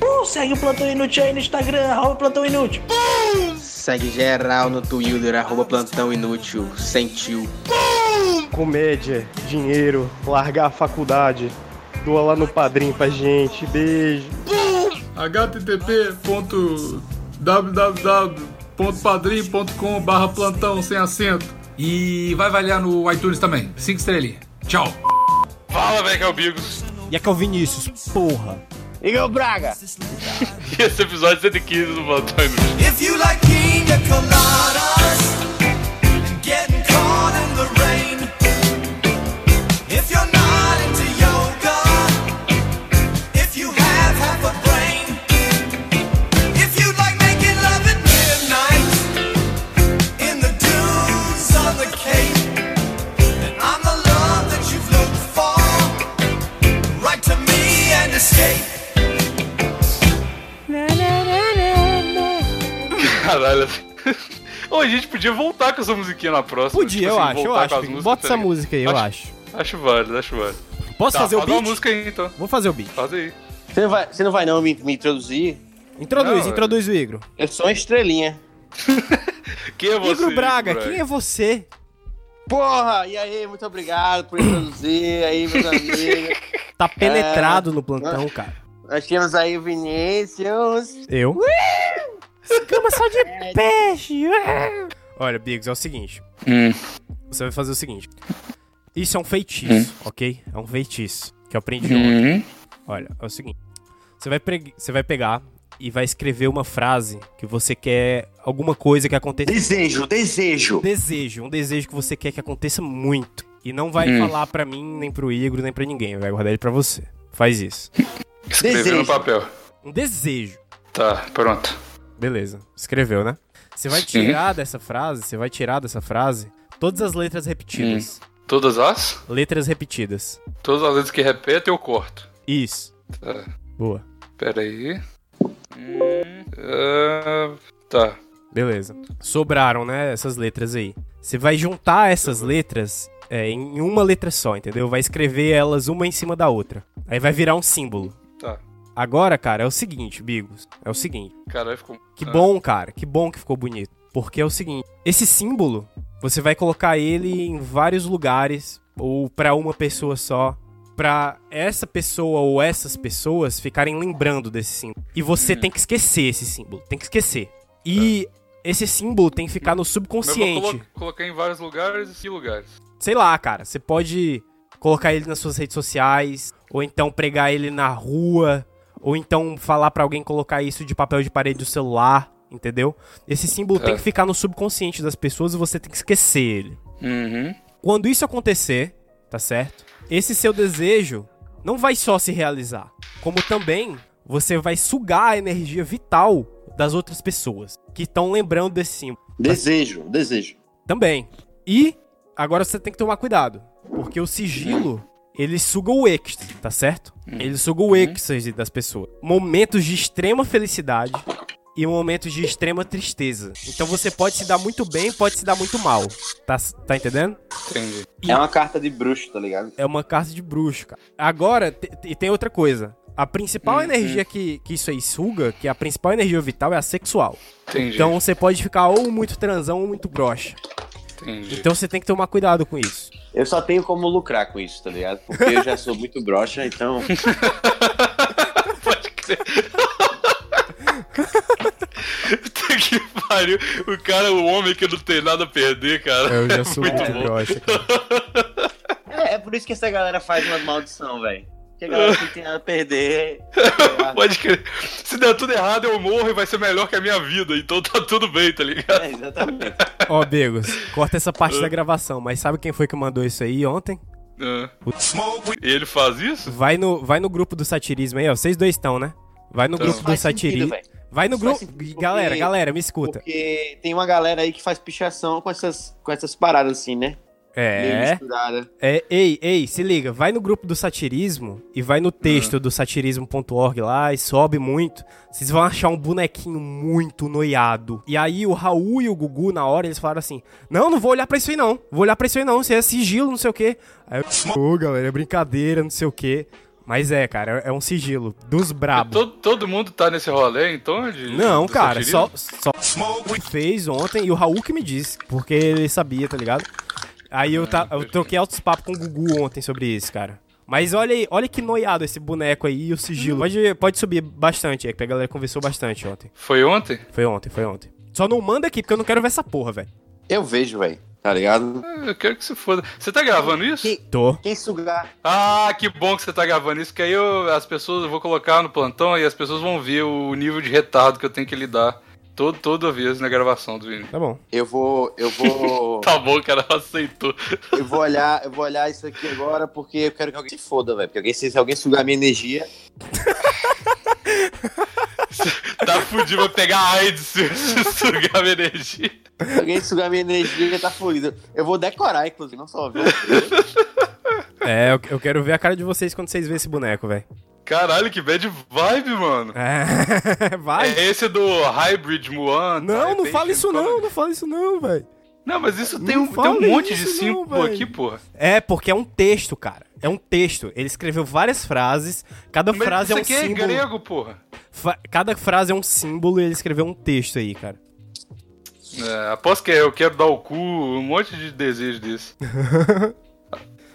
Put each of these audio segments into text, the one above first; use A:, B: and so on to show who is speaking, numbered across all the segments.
A: Ou segue o Plantão Inútil aí no Instagram, arroba Plantão Inútil.
B: Segue geral no Twitter, arroba Plantão Inútil. Sentiu.
C: Comédia, dinheiro, largar a faculdade. Doa lá no padrinho pra gente. Beijo.
D: http.www.padrim.com barra plantão sem acento. E vai avaliar no iTunes também. Cinco estrelinhas. Tchau.
E: Fala, velho, que é o Bigos.
F: E aqui é o Vinícius, porra.
G: Igor Braga.
E: E esse episódio 115 do Plantão Inútil.
H: If you like pina coladas and getting caught in the rain, if you're not into yoga, if you have half a brain, if you like making love at midnight in the dunes on the Cape, then I'm the love that you've looked for. Write to me and escape.
E: Caralho. Ô, a gente podia voltar com essa musiquinha na próxima.
F: Podia,
E: Tipo
F: eu
E: assim,
F: acho, eu
E: voltar
F: acho.
E: com as
F: Pico.
E: músicas,
F: Bota
E: tá
F: essa
E: ligado?
F: música aí, eu acho.
E: Acho válido, acho válido.
F: Posso fazer o
E: faz uma
F: beat?
E: música aí, então.
F: Vou fazer o beat.
E: Faz aí.
G: Você não vai, você não, vai não me, me introduzir?
F: Introduz,
E: Não,
F: introduz o Igro.
G: Eu sou uma estrelinha.
E: Quem é você?
F: Igro Braga, quem é você?
G: Porra, e aí, muito obrigado por introduzir aí, meus amigos. É,
F: Tá penetrado no plantão, cara.
G: Nós temos aí o Vinícius. É
F: Eu? Escama só de peixe. Olha, Biggs, é o seguinte.
E: Hum.
F: Você vai fazer o seguinte. Isso é um feitiço, ok? É um feitiço que eu aprendi ontem.
E: Uhum.
F: Olha, é o seguinte. Você vai, pre- você vai pegar e vai escrever uma frase que você quer alguma coisa que aconteça.
G: Desejo, desejo.
F: Desejo, um desejo que você quer que aconteça muito. E não vai falar pra mim, nem pro Igor, nem pra ninguém. Vai guardar ele pra você. Faz isso. é?
E: Escreveu no
G: Desejo.
E: papel.
F: Um desejo.
E: Tá, pronto.
F: Beleza. Escreveu, né? Você vai tirar dessa frase, você vai tirar dessa frase todas as letras repetidas.
E: Todas as?
F: Letras repetidas.
E: Todas as vezes que repete, eu corto.
F: Isso.
E: Tá.
F: Boa.
E: Pera aí. Hum, ah, tá.
F: Beleza. Sobraram, né, essas letras aí. Você vai juntar essas letras é, em uma letra só, entendeu? Vai escrever elas uma em cima da outra. Aí vai virar um símbolo.
E: Tá.
F: Agora, cara, é o seguinte, Bigos. É o seguinte.
E: Caralho, ficou.
F: Que
E: Ah.
F: bom, cara. Que bom que ficou bonito. Porque é o seguinte, esse símbolo, você vai colocar ele em vários lugares ou pra uma pessoa só, Pra essa pessoa ou essas pessoas ficarem lembrando desse símbolo. E
E: Hum.
F: você tem que esquecer esse símbolo, tem que esquecer. E esse símbolo tem que ficar no
E: Tá. Mas eu vou
F: subconsciente.
E: colo- colocar em vários lugares e que lugares.
F: Sei lá, cara, você pode colocar ele nas suas redes sociais, ou então pregar ele na rua, ou então falar pra alguém colocar isso de papel de parede do celular, entendeu? Esse símbolo
E: É.
F: tem que ficar no subconsciente das pessoas e você tem que esquecer ele.
E: Uhum.
F: Quando isso acontecer, tá certo? Esse seu desejo não vai só se realizar, como também você vai sugar a energia vital das outras pessoas que estão lembrando desse símbolo.
G: Desejo, desejo.
F: Também. E agora você tem que tomar cuidado, porque o sigilo, ele suga o êxtase, tá certo? Ele suga o êxtase das pessoas. Momentos de extrema felicidade e momentos de extrema tristeza. Então você pode se dar muito bem, pode se dar muito mal. Tá, tá entendendo?
E: Entendi.
G: É uma carta de bruxo, tá ligado?
F: É uma carta de bruxo, cara. Agora, te- te- e tem outra coisa. A principal energia que, que isso aí suga, que a principal energia vital é a sexual.
E: Entendi.
F: Então você pode ficar ou muito transão ou muito broxa.
E: Entendi.
F: Então você tem que tomar cuidado com isso.
G: Eu só tenho como lucrar com isso, tá ligado? Porque eu já sou muito broxa, então.
E: Puta que pariu. O cara, o homem que não tem nada a perder, cara.
F: Eu já sou
E: Muito
F: muito
E: bom.
F: broxa, cara.
G: É, é por isso que essa galera faz uma maldição, velho. Que a
I: É.
G: galera que tem nada a perder. tá ligado?
E: Pode crer. Se der tudo errado, eu morro e vai ser melhor que a minha vida. Então tá tudo bem, tá ligado?
G: É, exatamente.
F: Ó, Begos, corta essa parte da gravação, mas sabe quem foi que mandou isso aí ontem?
E: Ah. E ele faz isso?
F: Vai no, vai no grupo do satirismo aí, ó. Vocês dois estão, né? Vai no
E: Então.
F: grupo do
G: Faz sentido,
F: satirismo.
G: velho.
F: Vai no
G: Faz
F: grupo.
G: sentido,
F: Galera,
G: porque-
F: galera, me escuta.
G: Porque tem uma galera aí que faz pichação com essas, com essas paradas assim, né? Meio
F: É.
G: misturada.
F: É, ei, ei, se liga, vai no grupo do satirismo e vai no texto do satirismo.org lá e sobe muito. Vocês vão achar um bonequinho muito noiado. E aí o Raul e o Gugu na hora eles falaram assim: "Não, não vou olhar pra isso aí não. Vou olhar pra isso aí não, isso aí é sigilo, não sei o quê". Aí eu, pô, galera, é brincadeira, não sei o quê. Mas é, cara, é um sigilo dos brabos.
E: Todo, todo mundo tá nesse rolê, então? de-
F: Não,
E: do
F: cara, só,
E: satirismo?
F: só fez ontem e o Raul que me disse, porque ele sabia, tá ligado? Aí eu, ta- eu troquei altos papos com o Gugu ontem sobre isso, cara. Mas olha aí, olha que noiado esse boneco aí e o sigilo. Pode, pode subir bastante, é que a galera conversou bastante ontem.
E: Foi ontem?
F: Foi ontem, foi ontem. Só não manda aqui, porque eu não quero ver essa porra, velho.
I: Eu vejo, velho. Tá ligado?
E: Ah, Eu quero que se foda. Você tá gravando isso?
G: Que-
F: Tô.
G: Quem sugar?
E: Ah, que bom que você tá gravando isso, que aí eu- as pessoas, eu vou colocar no plantão e as pessoas vão ver o nível de retardo que eu tenho que lidar todo, toda vez na gravação do Vini.
F: Tá bom.
I: Eu vou. Eu vou.
E: Tá bom, cara, aceitou.
I: eu vou olhar, eu vou olhar isso aqui agora porque eu quero que alguém se foda, velho. Porque alguém, se se alguém sugar minha energia.
E: Tá fudido, vai pegar AIDS se se sugar minha energia.
I: se Alguém sugar minha energia tá fluido. Eu vou decorar, inclusive, não só ver.
F: É, eu, eu quero ver a cara de vocês quando vocês verem esse boneco, velho.
E: Caralho, que bad vibe, mano.
F: É, vai.
E: É esse do Hybrid Muan. tá?
F: não, não
E: Repente,
F: fala isso
E: como-
F: não, não fala isso não, velho.
E: Não, mas isso tem
F: Não
E: um, tem
F: fala
E: um monte de
F: isso não,
E: cinco
F: velho.
E: aqui, porra.
F: É, porque é um texto, cara. É um texto. Ele escreveu várias frases. Cada
E: Mas
F: frase
E: isso
F: é um
E: aqui é
F: símbolo.
E: grego, porra.
F: Fa- Cada frase é um símbolo e ele escreveu um texto aí, cara.
E: É, aposto que é, eu quero dar o cu, um monte de desejo desse.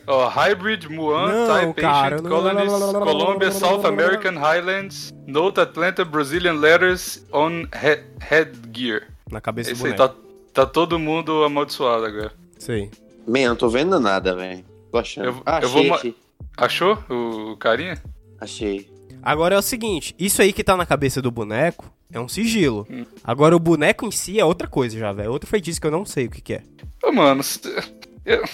E: Ó, Hybrid, Muan,
F: Não,
E: Thai
F: cara,
E: Patient,
F: não-
E: Colonies, Colombia, South American Highlands, North Atlanta, Brazilian Letters on he- Headgear.
F: Na cabeça do
E: Esse aí,
F: boneco.
E: tá, tá todo mundo amaldiçoado agora.
F: Isso aí.
I: Man, eu não tô vendo nada, velho. Tô achando.
E: Eu-
I: ah,
E: eu
I: achei,
E: vou ma-
I: achei.
E: Achou o carinha?
I: Achei.
F: Agora é o seguinte, isso aí que tá na cabeça do boneco é um sigilo.
E: Hum.
F: Agora o boneco em si é outra coisa já, velho. É Outro feitiço que eu não sei o que que é.
E: Ô, mano, cê- eu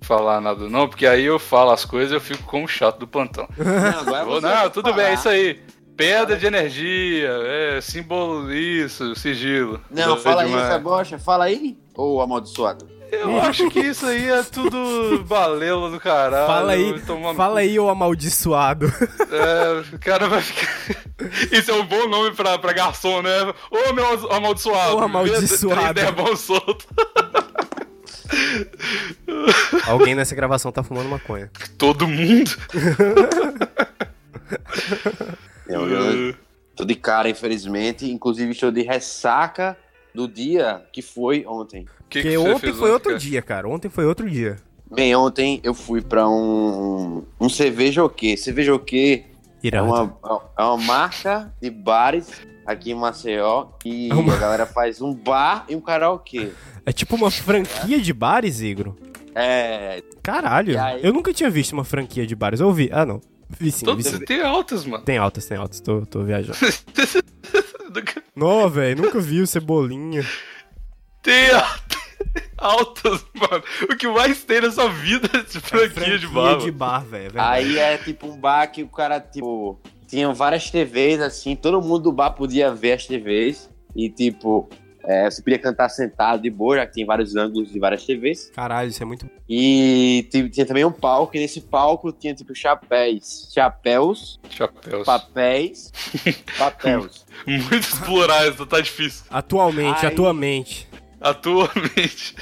E: falar nada não, porque aí eu falo as coisas e eu fico como chato do plantão.
I: Não, agora
E: Vou,
I: você
E: não,
I: vai
E: tudo
I: falar.
E: bem, é isso aí. Pedra de energia, é, símbolo, isso, sigilo.
I: Não,
E: Doido
I: fala aí
E: demais.
I: essa bocha, fala aí. Ô, amaldiçoado.
E: Eu acho que isso aí é tudo balela do caralho.
F: fala aí,
E: tomar no
F: fala
E: cu.
F: aí, ô amaldiçoado.
E: É, o cara vai ficar. Isso é um bom nome pra, pra garçom, né? Ô, meu amaldiçoado.
F: Ô, amaldiçoado.
E: Três bom solto.
F: Alguém nessa gravação tá fumando maconha.
E: Todo mundo.
I: Eu,
E: Uh.
I: eu tô de cara, infelizmente. Inclusive, estou de ressaca do dia que foi ontem.
E: Que
F: Porque
E: que você
F: ontem
E: fez
F: foi outro
E: cara?
F: dia, cara. Ontem foi outro dia.
I: Bem, ontem eu fui pra um, um cerveja o quê? Cerveja o quê? É
F: Irado.
I: uma, é uma marca de bares aqui em Maceió que
F: É uma-
I: a galera faz um bar e um karaokê.
F: É tipo uma franquia de bares, Igro.
I: É,
F: Caralho.
I: E aí?
F: Eu nunca tinha visto uma franquia de bares. Eu vi. Ah, não. Vi sim, vi
E: Todos
F: sim.
E: tem altas, mano.
F: Tem altas, tem altas. Tô, tô viajando. Não, velho. Nunca vi o Cebolinha.
E: Tem a- altas, mano. O que mais tem nessa vida é de franquia, de bar.
F: de
E: mano.
F: bar, velho.
I: aí é tipo um bar que o cara, tipo, tinha várias TVs assim, todo mundo do bar podia ver as TVs e, tipo, é, você podia cantar sentado de boa, já que tem vários ângulos de várias TVs.
F: Caralho, isso é muito...
I: E ti- tinha também um palco, e nesse palco tinha, tipo, chapéus. Chapéus,
E: Chapéus.
I: papéis, papéus.
E: Muitos plurais, tá difícil.
F: Atualmente,
I: Ai.
F: atualmente.
E: Atualmente.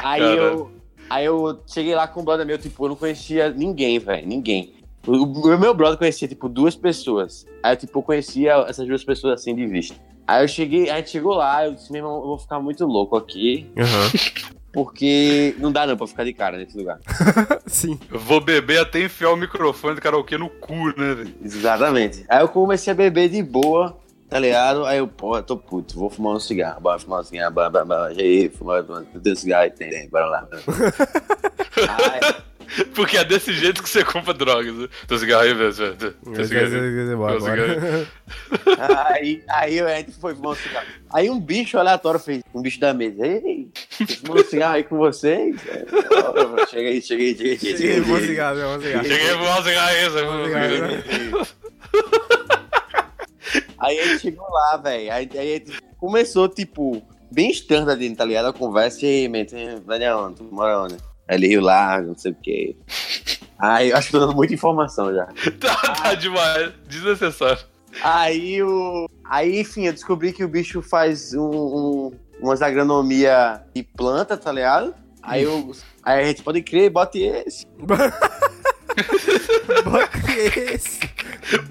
I: Aí
E: Cara.
I: eu, aí eu cheguei lá com um brother meu, tipo, eu não conhecia ninguém, velho, ninguém. O, o meu brother conhecia, tipo, duas pessoas. Aí, tipo, eu conhecia essas duas pessoas assim de vista. Aí eu cheguei, a gente chegou lá, eu disse, meu irmão, eu vou ficar muito louco aqui,
F: Aham.
I: porque não dá não pra ficar de cara nesse lugar.
F: Sim.
E: Eu Vou beber até enfiar o microfone do karaokê no cu, né, velho?
I: Exatamente. Aí eu comecei a beber de boa, tá ligado? Aí eu, porra, tô puto, vou fumar um cigarro, bora fumar um cigarro, bora, bora, bora, e aí, fumar, fumar, tem um cigarro, aí, tem, tem, bora lá. Aí-
E: Porque é desse jeito que você compra drogas. né? Teu cigarro aí, velho. velho, Teu cigarro aí.
F: Bora, bora.
I: Aí, aí o Ed foi fumar um cigarro. Aí um bicho aleatório fez, um bicho da mesa. Ei, tô fumando um cigarro aí com vocês? É, Ó, Chega aí, chega aí, chega aí, chega aí.
F: Ih,
I: chega
F: Vou
I: aí.
F: cigarro, vou cigarro.
E: Cheguei a fumar um cigarro aí, sabe?
I: Aí a gente chegou lá, velho. Aí, aí a gente começou, tipo, bem estranho tá ligado? A conversa, e aí, mate, vai de onde? Tu mora onde? Aí ele riu lá, não sei o quê. Aí, eu acho que tô dando muita informação já.
E: Tá, tá demais. Desnecessário.
I: Aí o. Aí, enfim, eu descobri que o bicho faz um, um- umas agronomia e planta, tá ligado? Aí eu. Aí a gente pode crer, bote esse.
F: Bota esse.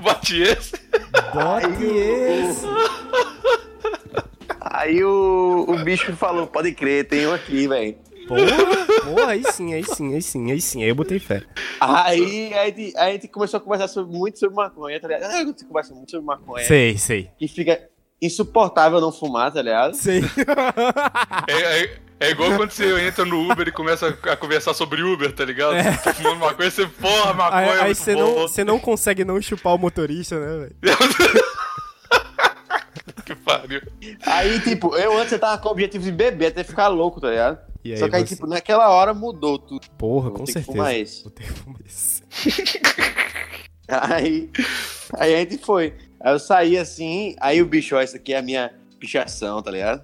E: Bate esse.
F: Bota esse.
I: Aí o, o bicho falou, pode crer, tem um aqui, velho.
F: Porra, porra, aí sim, aí sim, aí sim, aí sim. Aí eu botei fé.
I: Aí a gente, a gente começou a conversar sobre- muito sobre maconha, tá ligado? A gente conversa muito sobre maconha.
F: Sei, sei.
I: E fica insuportável não fumar, tá ligado?
F: Sei.
E: É, é- é igual quando você entra no Uber e começa a conversar sobre Uber, tá ligado? Você tá fumando maconha, você, porra, maconha,
F: É. Aí,
E: é
F: aí
E: muito
F: você
E: bom.
F: não, você não consegue não chupar o motorista, né, velho?
E: Que pariu.
I: Aí, tipo, eu antes eu tava com o objetivo de beber até ficar louco, tá ligado?
F: E aí,
I: Só que aí,
F: você...
I: tipo, naquela hora mudou tudo.
F: porra,
I: Vou
F: com
I: ter que fumar
F: certeza.
I: esse.
F: Vou ter que fumar esse.
I: Aí, aí a gente foi. Aí eu saí assim, aí o bicho, ó, isso aqui é a minha pichação, tá ligado?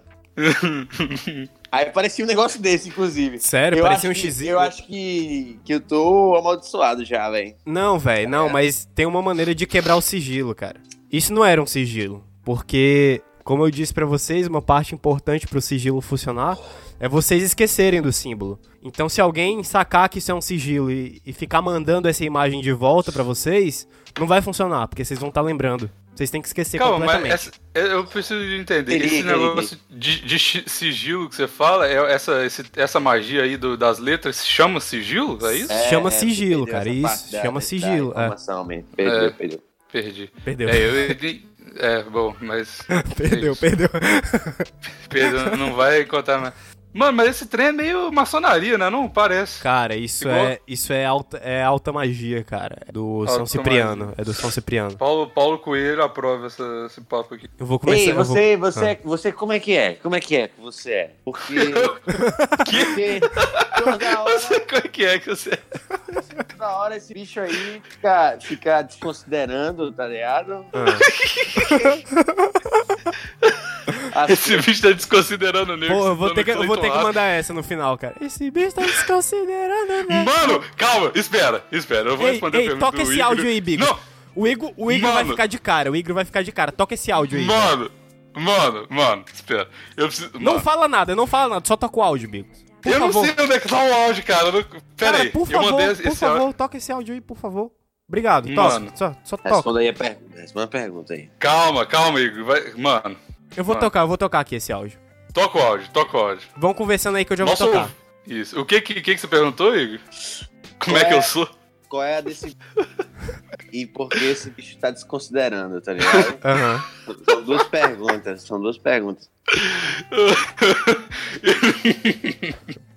I: aí parecia um negócio desse, inclusive.
F: Sério,
I: Eu
F: parecia um
I: acho que-
F: xizinho.
I: Eu acho que, que eu tô amaldiçoado já, velho.
F: Não, velho, não,
I: É.
F: mas tem uma maneira de quebrar o sigilo, cara. Isso não era um sigilo, porque, como eu disse pra vocês, uma parte importante pro sigilo funcionar é vocês esquecerem do símbolo. Então, se alguém sacar que isso é um sigilo e, e ficar mandando essa imagem de volta pra vocês, não vai funcionar, porque vocês vão estar lembrando. Vocês têm que esquecer
E: Calma, mas
F: completamente.
E: essa- é, eu preciso de entender.
I: Entendi,
E: esse
I: entendi.
E: negócio de, de chi- sigilo que você fala, é essa, esse- essa magia aí do- das letras se chama sigilo? É isso?
F: É. Chama
I: você
F: sigilo,
I: perdeu
F: cara,
I: essa
F: isso,
I: parte da-
F: chama
I: da
F: sigilo, é.
I: Informação, mesmo. Perdeu,
E: É.
I: perdeu.
E: Perdi.
F: Perdeu.
E: É, eu. É, bom, mas.
F: Perdeu, perdeu.
E: Pedro, não vai contar mais. Mano, mas esse trem é meio maçonaria, né? Não parece.
F: Cara, isso
E: Igual-
F: é isso é alta, é alta magia, cara. É do São
E: Alta
F: Cipriano. É do São Cipriano.
E: Paulo, Paulo Coelho aprova essa- esse papo aqui.
F: Eu vou começar.
I: Ei,
F: eu vou- Ah.
I: você, você, você, como é que é? Como é que é que você é? Porque. Porque toda hora,
E: Como é que é que você.
I: toda hora esse bicho aí fica, fica desconsiderando, tá ligado?
F: Ah.
I: As
E: Esse bicho tá desconsiderando o nego.
F: Pô, eu vou, ter que, eu
E: citando
F: vou ter que
E: Clayton
F: mandar essa no final, cara. Esse bicho tá desconsiderando, né?
E: Atlas.
F: velho.
E: Mano, calma, espera, espera. Eu vou
F: Ei,
E: responder a
F: ei
E: pergunta
F: toca
E: do
F: esse
E: Igor.
F: áudio aí, Bigo.
E: Não,
F: O Igor, o Igor vai
E: Mano.
F: ficar de cara, o Igor vai ficar de cara. Toca esse áudio aí. velho.
E: mano, mano, mano, espera. Eu preciso.
F: Não
E: mano,
F: fala nada, não fala nada, só toca o áudio, Bigo. Por
E: eu
F: favor.
E: não sei onde é que tá o áudio, cara. eu não- Pera
F: Cara,
E: aí,
F: por
E: eu
F: favor,
E: mandei
F: por
E: esse áudio.
F: favor, toca esse áudio aí, por favor. Obrigado,
E: Mano.
F: toca, só, É só toca.
I: Responda aí a pergunta. Responda a pergunta aí.
E: Calma, calma, Igor. vai- Mano,
F: Eu vou
E: Mano.
F: tocar, eu vou tocar aqui esse áudio.
E: toca o áudio, toca o áudio.
F: Vão conversando aí que eu já vou
E: Nossa,
F: tocar.
E: Isso. O que que, que que você perguntou, Igor? Como é que eu sou?
I: Qual é a desse. e por que esse bicho tá desconsiderando, tá ligado?
F: Aham.
I: São duas perguntas, são duas perguntas.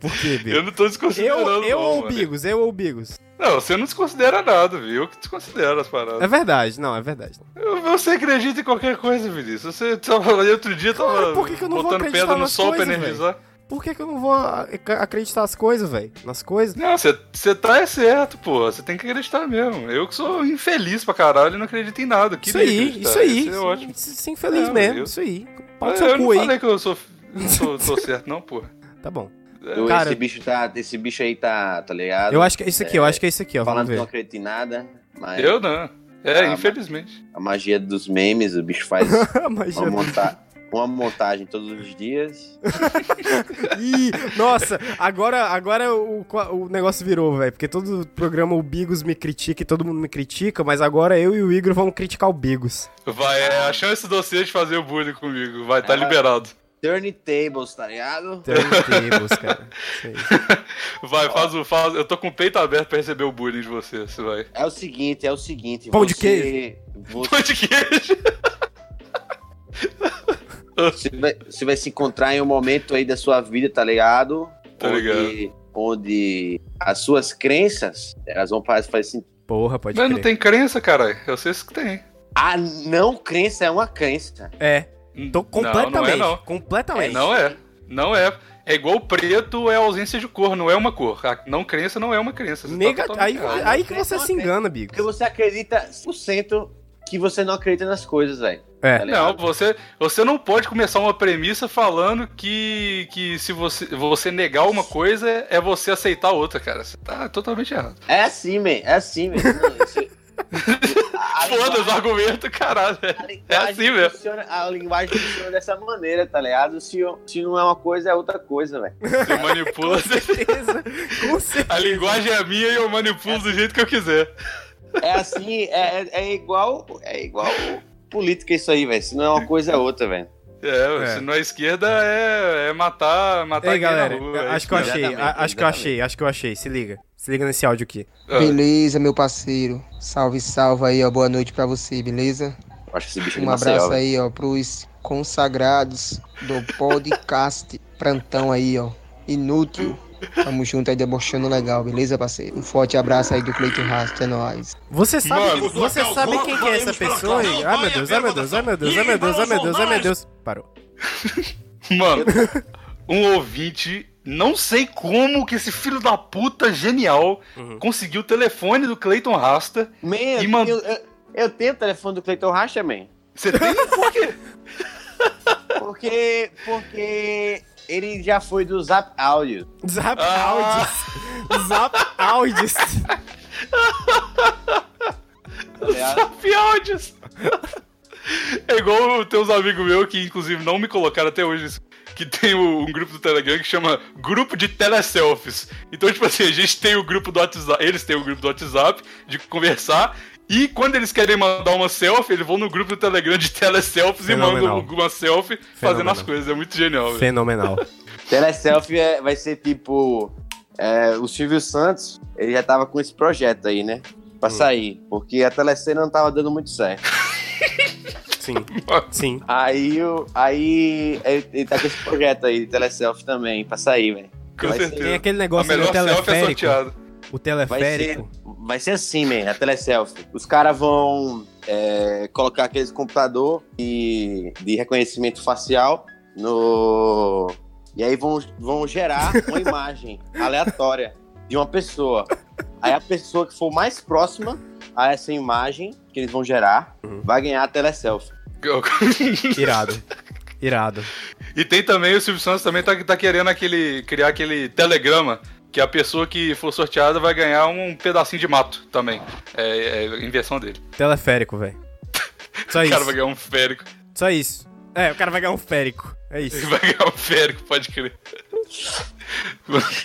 F: Por quê, Bigo?
E: Eu não tô desconsiderando.
F: Eu, eu
E: não,
F: ou o
E: mano.
F: Bigos, eu ou o Bigos.
E: Não, você não desconsidera nada, viu? Eu que desconsidero as
F: É
E: paradas.
F: verdade, não, é verdade.
E: Eu- Você acredita em qualquer coisa, Vinícius. Você tava ali outro dia, tava
F: Claro, por que que eu não vou
E: botando
F: acreditar
E: pedra no
F: nas
E: sol
F: coisas,
E: pra energizar.
F: Por que, que eu não vou a- acreditar nas coisas, velho? Nas coisas?
E: Não, você- você tá é certo, pô. Você tem que acreditar mesmo. Eu que sou infeliz pra caralho e não acredito em nada. Eu
F: Isso
E: queria
F: aí,
E: acreditar.
F: isso aí.
E: Isso é ótimo.
F: Isso- Isso é infeliz
E: Não,
F: mesmo,
E: eu-
F: isso aí. Pau no
E: É, Eu,
F: seu
E: não
F: cu aí.
E: falei que eu sou, não sou, sou certo, não, pô.
F: Tá bom.
I: Eu-
F: Cara-
I: esse bicho tá. Esse bicho aí tá, tá ligado?
F: Eu acho que é isso aqui, eu acho que é isso aqui, ó. Vamos
I: falando que não
F: ver.
I: acredito em nada, mas
E: Eu não. É,
I: Ah,
E: infelizmente.
I: a magia dos memes, o bicho faz
F: Mas já-
I: uma, monta- uma montagem todos os dias.
F: Ih, nossa, agora, agora o, qua- o negócio virou, velho. Porque todo programa o Bigos me critica e todo mundo me critica, mas agora eu e o Igor vamos criticar o Bigos.
E: Vai, é, a chance de você de fazer o bullying comigo. Vai, tá
I: Ah.
E: liberado.
I: Turntables, tá ligado?
F: Turntables, cara. Isso aí.
E: Vai, faz o. Faz, eu tô com o peito aberto pra receber o bullying de você, você vai.
I: É o seguinte, é o seguinte.
F: Pão de
I: você- Você,
E: Pão de queijo.
I: você vai, você vai se encontrar em um momento aí da sua vida, tá ligado?
E: Tá
I: Onde, onde as suas crenças, elas vão fazer, fazer assim, sentido.
F: Porra, pode
E: Mas não
F: crer.
E: tem crença, caralho. Eu sei isso que tem.
I: A não crença é uma crença.
F: É, Tô
E: Não,
F: completamente,
E: Não, é,
F: completamente.
E: não. não é. Não é. É igual o preto é ausência de cor, não é uma cor. A não crença não é uma crença. Você tá
F: Nega-
E: totalmente
F: aí,
E: errado.
F: aí que você se engana, Bigo.
I: Porque você acredita 100% que você não acredita nas coisas, velho.
F: É.
I: Tá ligado?
E: Não, você, você não pode começar uma premissa falando que, que se você, você negar uma coisa é você aceitar outra, cara. Você tá totalmente errado.
I: É assim, man. É assim, man. Não, isso- A
E: Foda-se o argumento, caralho. velho.
G: A linguagem
E: assim mesmo.
G: funciona- a linguagem funciona dessa maneira, tá ligado? Se, se não é uma coisa, é outra coisa, velho.
E: Você manipula. Tá
F: certeza. Com certeza.
E: A linguagem é minha e eu manipulo do jeito que eu quiser.
G: É assim, é, é- é igual. É igual política isso aí, velho. Se não é uma coisa, é outra, velho.
E: É,
F: É.
E: se não é esquerda, é, é matar, matar
F: Ei,
E: quem na
F: galera,
E: rua, é
F: acho
E: isso
F: que eu
E: mesmo.
F: achei,
G: Exatamente,
F: a- acho que eu achei, acho que eu achei. Se liga. Se liga nesse áudio aqui.
J: Beleza, meu parceiro. Salve, salve aí, ó. Boa noite pra você, beleza?
I: Eu Acho esse bicho de
J: Um
I: Maceió,
J: abraço
I: velho.
J: aí, ó, pros consagrados do podcast Prantão aí, ó. Inútil. Tamo junto aí, debochando legal, beleza, parceiro? Um forte abraço aí do Cleiton Rasta, é nóis.
F: Você sabe,
E: Mano.
F: você sabe quem que é essa pessoa? hein? Ai meu Deus, ai meu Deus, ai meu Deus, ai meu Deus, ai meu Deus, ai meu Deus. Parou.
E: Mano, um ouvinte, não sei como que esse filho da puta genial
F: Uhum.
E: conseguiu o telefone do Clayton Rasta.
G: Man,
E: E man-
G: eu, eu- eu tenho o telefone do Cleiton Racha, man.
E: Você tem? um Por quê?
G: Porque. Porque. Ele já foi do Zap Audio.
F: Zap
E: Ah.
F: Audios. Zap Audios.
G: tá ligado?
E: Fialdes! É igual tem uns amigos meus que, inclusive, não me colocaram até hoje. nisso, Que tem o- um grupo do Telegram que chama Grupo de Teleselfies. Então, tipo assim, a gente tem o grupo do WhatsApp. Eles têm o grupo do WhatsApp de conversar. E quando eles querem mandar uma selfie, eles vão no grupo do Telegram de teleselfies e mandam
F: Fenomenal.
E: alguma selfie fazendo as
F: Fenomenal.
E: coisas. É muito genial, velho.
F: Fenomenal.
I: Teleselfie é- vai ser tipo. é, o Silvio Santos, ele já tava com esse projeto aí, né? Pra
E: Hum.
I: sair. Porque a telecena não tava dando muito certo.
F: Sim. Sim.
I: Aí, o- aí ele, ele tá com esse projeto aí de teleselfie também, pra sair, velho.
E: Com
I: Vai ser-
E: certeza.
F: Tem aquele
E: A
F: negócio do
E: melhor selfie é
F: teleférico.
E: sorteada.
F: o
I: Vai ser,
F: teleférico.
I: vai ser assim, man, a teleselfie. Os caras vão é, colocar aqueles computador de, de reconhecimento facial no. E aí vão, vão gerar uma imagem aleatória de uma pessoa. Aí a pessoa que for mais próxima a essa imagem que eles vão gerar vai ganhar a teleselfie.
F: Irado. Irado.
E: E tem também, o Silvio Santos também tá, tá querendo aquele, criar aquele telegrama, que a pessoa que for sorteada vai ganhar um pedacinho de mato também. É, é a inversão dele.
F: Teleférico, velho. Só
E: O cara vai
F: É isso.
E: ganhar um férico.
F: Só isso. É, o cara vai ganhar um férico. É isso.
E: Vai ganhar um férico, pode crer.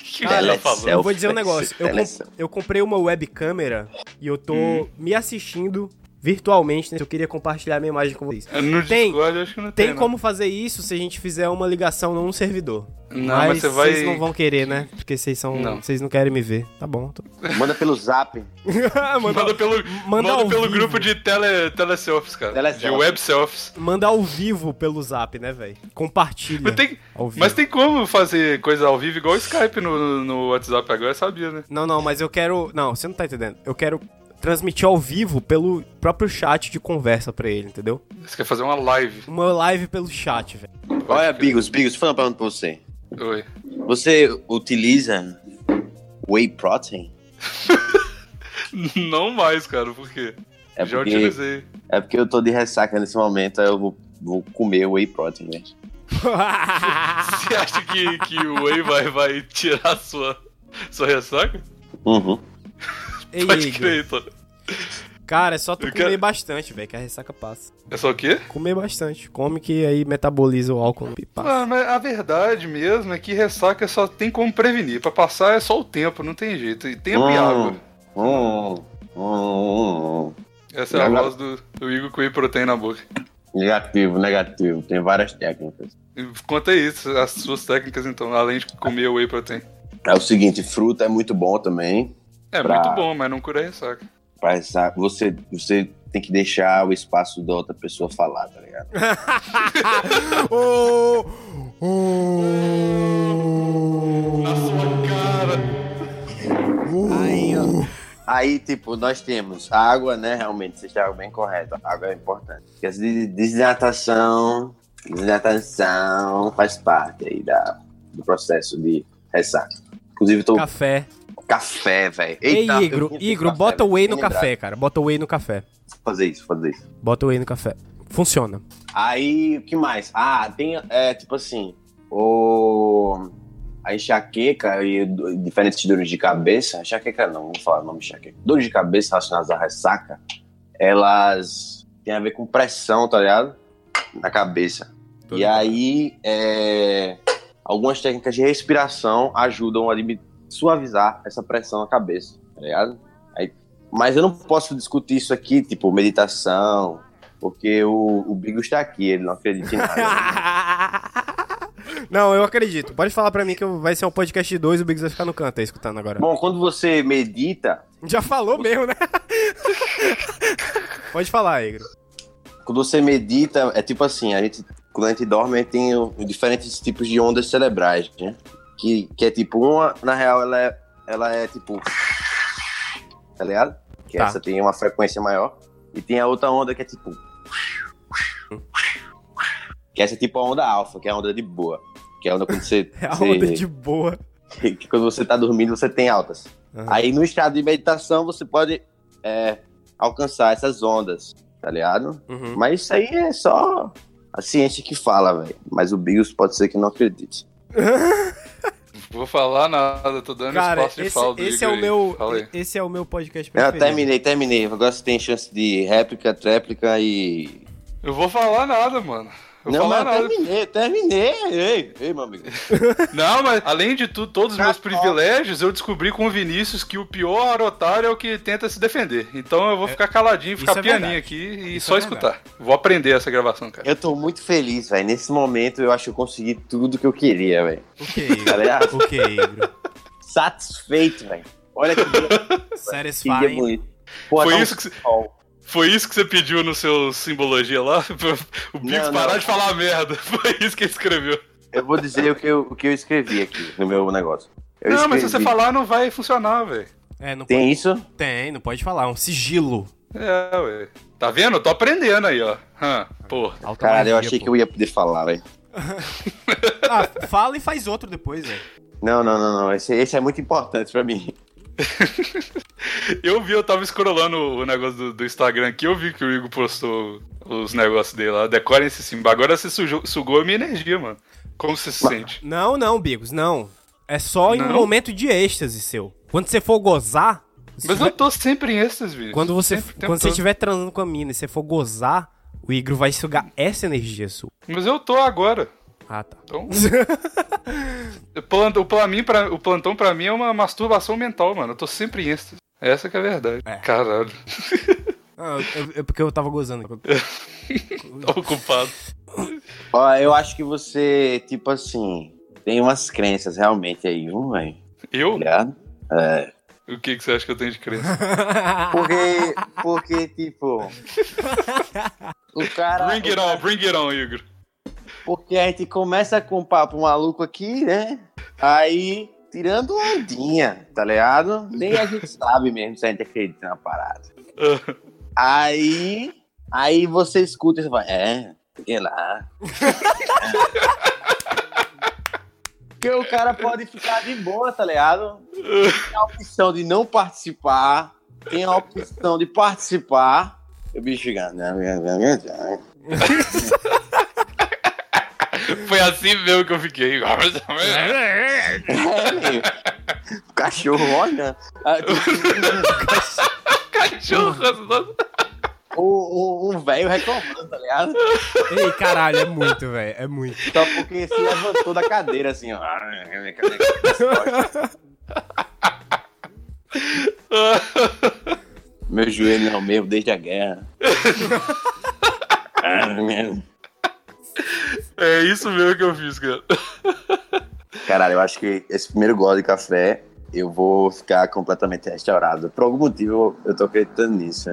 E: que
I: Olha
E: já falou?
F: Eu vou dizer um negócio. Eu,
I: Tele-
F: com- eu comprei uma webcâmera e eu tô
E: Hum.
F: me assistindo virtualmente, né? Eu queria compartilhar minha imagem com vocês.
E: É, No
F: Tem-
E: Discord, eu acho que não tem.
F: Tem como fazer isso se a gente fizer uma ligação num servidor.
E: Não, Não, mas você vai.
F: vocês não vão querer, né? Porque vocês são,
E: Não.
F: vocês não querem me ver. Tá bom. tô-
I: Manda pelo zap.
E: Manda pelo,
F: manda
E: manda
F: ao
E: pelo
F: vivo.
E: grupo de tele, teleselfies, cara.
I: Teleselfie.
E: De web selfies.
F: Manda ao vivo pelo Zap, né, velho? Compartilha.
E: Mas tem,
F: É, ao vivo.
E: mas tem como fazer coisa ao vivo igual o Skype no, no WhatsApp agora, eu sabia, né?
F: Não, não, mas eu quero. Não, você não tá entendendo. Eu quero transmitir ao vivo pelo próprio chat de conversa pra ele, entendeu?
E: Você quer fazer uma live.
F: Uma live pelo chat, velho.
I: Olha, Bigos, Bigos, foi uma pergunta pra você.
E: Oi.
I: Você utiliza whey protein?
E: Não mais, cara, por quê?
I: É
E: Já
I: porque-
E: utilizei.
I: É porque eu tô de ressaca nesse momento, aí eu vou, vou comer whey protein, né? velho.
E: Você acha que, que o Whey vai, vai tirar a sua, sua ressaca?
I: Uhum.
F: Ei,
E: Pode
F: Igor.
E: crer, então.
F: Cara, é só tu
E: Eu
F: comer
E: quero-
F: bastante, velho, que a ressaca passa.
E: É só o quê?
F: Comer bastante. Come que aí metaboliza o álcool e passa.
E: Mano, mas a verdade mesmo é que ressaca só tem como prevenir. Pra passar é só o tempo, não tem jeito. E tempo e
F: Ah.
I: Hum.
E: água.
I: Hum, hum, hum,
E: Essa é a
I: Agora-
E: voz do, do Igor com whey protein na boca.
I: hum. Negativo, negativo. Tem várias técnicas.
E: E Conta isso, as suas técnicas então, além de comer whey protein.
I: É o seguinte, fruta é muito bom também.
E: É
I: Pra-
E: muito bom, mas não cura a ressaca.
I: Pra ressaca, você, você tem que deixar o espaço da outra pessoa falar, tá ligado?
F: Ô, ô.
E: Na sua cara!
I: Aí, ó. Aí, tipo, nós temos a água, né? Realmente, vocês estavam bem correto. A água é importante. Porque essa des- desidratação, desidratação faz parte aí da, do processo de ressaca. Inclusive, tô
F: Café.
I: café, velho.
F: Ei,
I: Eita, eu
F: Igro,
I: tinha feito
F: Igro,
I: café,
F: bota
I: velho.
F: o whey no
I: Bem lembrado.
F: café, cara. Bota o whey no café.
I: Fazer isso, fazer isso.
F: Bota o whey no café. Funciona.
I: Aí, o que mais? Ah, tem, é, tipo assim, o... A enxaqueca e do- diferentes dores de cabeça, enxaqueca não, vamos falar o nome de enxaqueca. Dores de cabeça relacionadas à ressaca elas têm a ver com pressão, tá ligado? Na cabeça.
F: Tô
I: e
F: ligado.
I: aí, é, algumas técnicas de respiração ajudam a dimi- suavizar essa pressão na cabeça, tá ligado? Aí- mas eu não posso discutir isso aqui, tipo, meditação, porque o, o Bigo está aqui, ele não acredita em nada.
F: Não, eu acredito. Pode falar pra mim que eu- vai ser um podcast 2 o Biggs vai ficar no canto aí escutando agora.
I: Bom, quando você medita,
F: Já falou mesmo, né? Pode falar, Igor.
I: quando você medita, é tipo assim, a gente, quando a gente dorme, a gente tem o- diferentes tipos de ondas cerebrais, né? Que, que é tipo uma, na real, ela é, ela é tipo. Tá ligado? Que
F: Tá.
I: essa tem uma frequência maior. E tem a outra onda que é tipo. Que essa é tipo a onda alfa, que é a onda de boa. Que é a onda quando você.
F: É a
I: você-
F: onda de boa.
I: que quando você tá dormindo, você tem altas.
F: Aham.
I: Aí no estado de meditação, você pode é, alcançar essas ondas, tá ligado?
F: Uhum.
I: Mas isso aí é só a ciência que fala, velho. Mas o Bills pode ser que não acredite.
E: Vou falar nada, tô dando
F: Cara,
E: espaço de
F: esse,
E: fala do
F: esse é
E: Igor
F: o
E: aí.
F: meu.
E: Fala aí.
F: Esse é o meu podcast
I: Eu
F: preferido.
I: terminei, terminei. Agora você tem chance de réplica, tréplica e.
E: Eu vou falar nada, mano. Eu vou
I: não,
E: falar
I: mas
E: nada.
I: eu terminei, eu terminei. Ei, ei, meu amigo.
E: Não, mas além de tudo, todos os
I: Tá
E: meus
I: bom.
E: privilégios, eu descobri com o Vinícius que o pior otário é o que tenta se defender. Então eu vou ficar caladinho,
F: isso
E: ficar
F: é
E: pianinho
F: verdade.
E: aqui e
F: Isso
E: só
F: é
E: escutar. Vou aprender essa gravação, cara.
I: Eu tô muito feliz, velho. Nesse momento eu acho que eu consegui tudo que eu queria, velho.
F: O que,
I: Tá
F: Igor?
I: ligado?
F: O que, Igor?
I: Satisfeito, velho. Olha que dia, que dia
F: Satisfying.
I: bonito. Porra,
E: Foi
I: tá um
E: isso que cê-
I: sol.
E: Foi isso que você pediu no seu simbologia lá? O Bigos
I: não.
E: parar de falar merda. Foi isso que ele escreveu.
I: Eu vou dizer o que eu, o que eu escrevi aqui no meu negócio. Eu
E: não, mas se você
I: escrevi-
E: falar, Então, não vai funcionar, velho.
F: É, não
I: Tem isso?
F: pode- tem, não pode falar. É um sigilo.
E: É, ué. Tá vendo? Eu tô aprendendo aí, ó. Hã, porra.
I: Caralho, eu achei que eu ia poder falar, velho.
F: Ah, fala e faz outro depois, velho.
I: Não, não, não, não. Esse, esse é muito importante pra mim.
E: Eu vi, eu tava scrollando o negócio do, do Instagram aqui, eu vi que o Igor postou os negócios dele lá. Decorem esse símbolo. Agora você sujou- sugou a minha energia, mano. Como você se sente?
F: Não, não, Bigos, não. É só em um
E: Não?
F: momento de êxtase seu. Quando você for gozar. se
E: Mas
F: tiver-
E: eu tô sempre em êxtase, bicho.
F: Quando você,
E: Sempre, o tempo
F: quando você
E: todo.
F: estiver transando com a mina e você for gozar, o Igro vai sugar essa energia sua.
E: Mas eu tô agora.
F: Ah, tá.
E: Então. o, plant, o, pra mim, pra- o plantão pra mim é uma masturbação mental, mano. Eu tô sempre em êxtase. Essa que é a verdade.
F: É.
E: Caralho.
F: Ah, eu- eu- é porque eu tava gozando.
E: Tô ocupado.
I: Ó, eu acho que você, tipo assim, tem umas crenças realmente aí, viu, velho? Tá
E: Eu?
I: ligado? É.
E: O que, que você acha que eu tenho de crença?
I: Porque, porque, tipo. o cara.
E: Bring it on, bring it on, Igor.
I: Porque a gente começa com um papo maluco aqui, né? Aí, tirando ondinha, tá ligado? Nem a gente sabe mesmo se a gente acredita na parada. Aí, aí você escuta e você fala, é, sei lá. Porque o cara pode ficar de boa, tá ligado? Tem a opção de não participar, tem a opção de participar. Eu bicho fica, "Não, não, não, não, não."
E: Foi assim mesmo que eu fiquei.
I: É, meio. O cachorro olha. Ah,
E: Cachorro!
I: O, o, o velho reclamando, tá ligado?
F: Ei, caralho, é muito, velho. É muito.
I: Só porque se levantou da cadeira assim, ó. Meu joelho não meu desde a guerra.
E: É isso mesmo que eu fiz, cara.
I: Caralho, eu acho que esse primeiro gole de café eu vou ficar completamente restaurado. Por algum motivo eu tô acreditando nisso.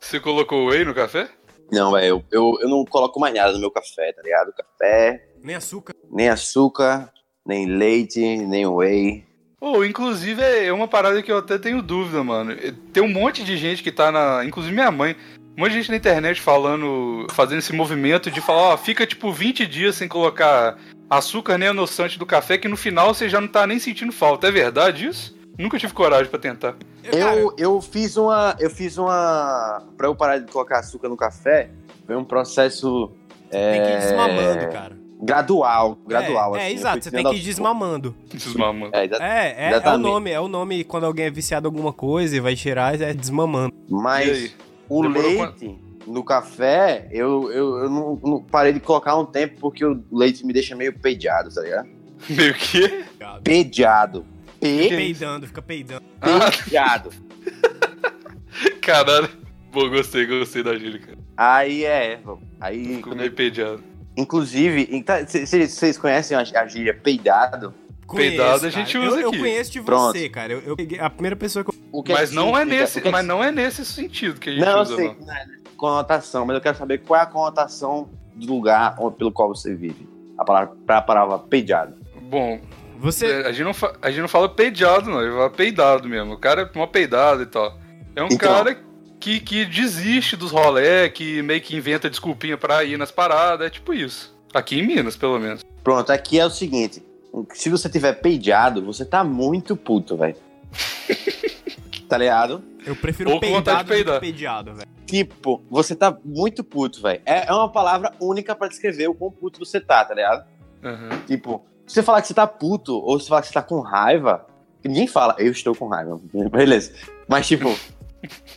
E: Você colocou whey no café?
I: Não, velho, eu, eu, eu não coloco mais nada no meu café, tá ligado? Café,
F: Nem açúcar.
I: nem açúcar, nem leite, nem whey.
E: Pô, inclusive é uma parada que eu até tenho dúvida, mano. Tem um monte de gente que tá na. Inclusive minha mãe. Um monte de gente na internet falando. Fazendo esse movimento de falar, ó, fica tipo 20 dias sem colocar açúcar nem adoçante do café, que no final você já não tá nem sentindo falta. É verdade isso? Nunca tive coragem pra tentar.
I: Eu, eu fiz uma. Eu fiz uma. Pra eu parar de colocar açúcar no café, foi um processo
F: Tem que ir
I: É,
F: desmamando, cara.
I: gradual. Gradual,
F: É,
I: assim.
F: é
I: Eu
F: exato.
I: fui
F: Você tem
I: tirando
F: que ir
I: aos
F: desmamando.
E: Desmamando.
I: poucos. É, exato.
F: É, é, é o
I: Exatamente.
F: nome. É o nome quando alguém é viciado em alguma coisa e vai tirar, é desmamando.
E: E
I: Mas
E: aí?
I: O
E: Demorou
I: leite no café, eu, eu, eu não, não parei de colocar há um tempo porque o leite me deixa meio pedeado, tá ligado?
E: Meio que.
I: Pedeado.
F: Fica
I: Pe-
F: peidando, fica peidando.
I: Pedeado.
E: Caralho. Bom, gostei, gostei da gíria, cara.
I: Aí é, vô. aí
E: Fico
I: quando
E: meio
I: eu-
E: pediado.
I: inclusive, tá, vocês conhecem a a gíria peidado?
E: Peidado a
F: cara.
E: gente
F: Eu-
E: usa
F: eu,
E: aqui.
F: conheço de
I: Pronto.
F: você, cara. Eu, eu peguei- a primeira pessoa que eu...
I: O que
E: Mas
I: que
E: não é
I: significa?
E: nesse,
I: O que que
E: mas não é nesse sentido que a gente
I: Não, eu
E: usa,
I: sei
E: não.
I: que não é conotação, mas eu quero saber qual é a conotação do lugar onde- pelo qual você vive. A palavra, pra palavra peidado.
E: Bom,
F: Você...
E: é, a, gente não fa- a gente não fala peidado, não. Ele fala peidado mesmo. O cara é mó peidado e tal. É um
I: Então.
E: cara que, que desiste dos rolé, que meio que inventa desculpinha pra ir nas paradas. É tipo isso. Aqui em Minas, pelo menos.
I: Pronto, aqui é o seguinte: se você tiver peidado, você tá muito puto, velho. tá ligado?
F: Eu prefiro
E: É. Ou com
F: peidado
E: vontade de
F: do que
E: peidar.
F: pediado, velho.
I: Tipo, você tá muito puto, velho. É, é uma palavra única pra descrever o quão puto você tá, tá ligado?
E: Aham.
I: Tipo, se você falar que você tá puto ou se você falar que você tá com raiva, ninguém fala, eu estou com raiva, beleza. Mas, tipo,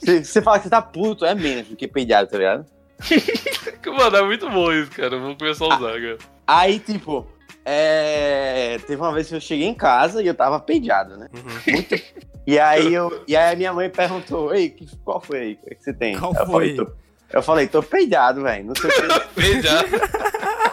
I: se se você falar que você tá puto, é menos do que peidado, tá ligado?
E: Mano, é muito bom isso, cara. Eu vou começar a usar, cara.
I: Aí, tipo, é... teve uma vez que eu cheguei em casa e eu tava peidado, né?
F: Uhum.
I: Muito- E aí, eu... e aí a minha mãe perguntou, ei, que- qual foi aí que você tem?
F: Qual
I: eu Falei,
F: foi?
I: tô... Eu falei, tô peidado, velho, não sei o que.
E: Peidado.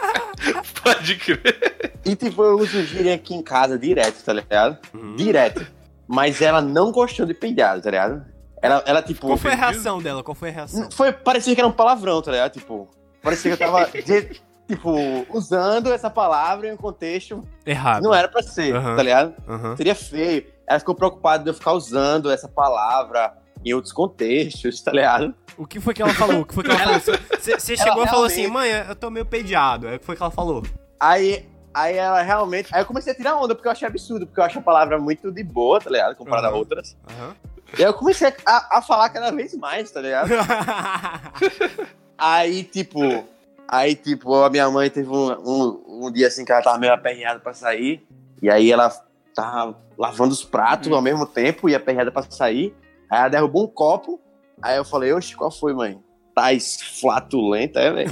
E: Pode crer.
I: E, tipo, eu uso gíria aqui em casa direto, tá ligado?
F: Uhum.
I: Direto. Mas ela não gostou de peidado, tá ligado? Ela, ela tipo.
F: Qual foi a reação dela? Qual foi a reação?
I: Foi, parecia que era um palavrão, tá ligado? Tipo, parecia que eu tava, de- tipo, usando essa palavra em um contexto que
F: Errado. Uhum.
I: não era pra ser,
F: Aham.
I: tá ligado?
F: Aham.
I: Seria feio. Ela ficou preocupada de eu ficar usando essa palavra em outros contextos, tá ligado?
F: O que foi que ela falou? O que foi que ela falou? Você você
I: Ela
F: chegou e falou assim,
I: realmente-
F: mãe, eu tô meio pediado. Aí o que foi que ela falou?
I: Aí, aí ela realmente. Aí eu comecei a tirar onda, porque eu achei absurdo, porque eu acho a palavra muito de boa, tá ligado? Comparada
F: Aham.
I: a outras.
F: Aham.
I: E aí eu comecei a, a falar cada vez mais, tá ligado? Aí, tipo. Aí, tipo, a minha mãe teve um, um, um dia assim que ela tava meio aperreada pra sair. E aí ela tava lavando os pratos ao mesmo tempo e aperreada pra sair. Aí ela derrubou um copo. Aí eu falei, oxe, qual foi, mãe? Tá flatulenta, é, velho?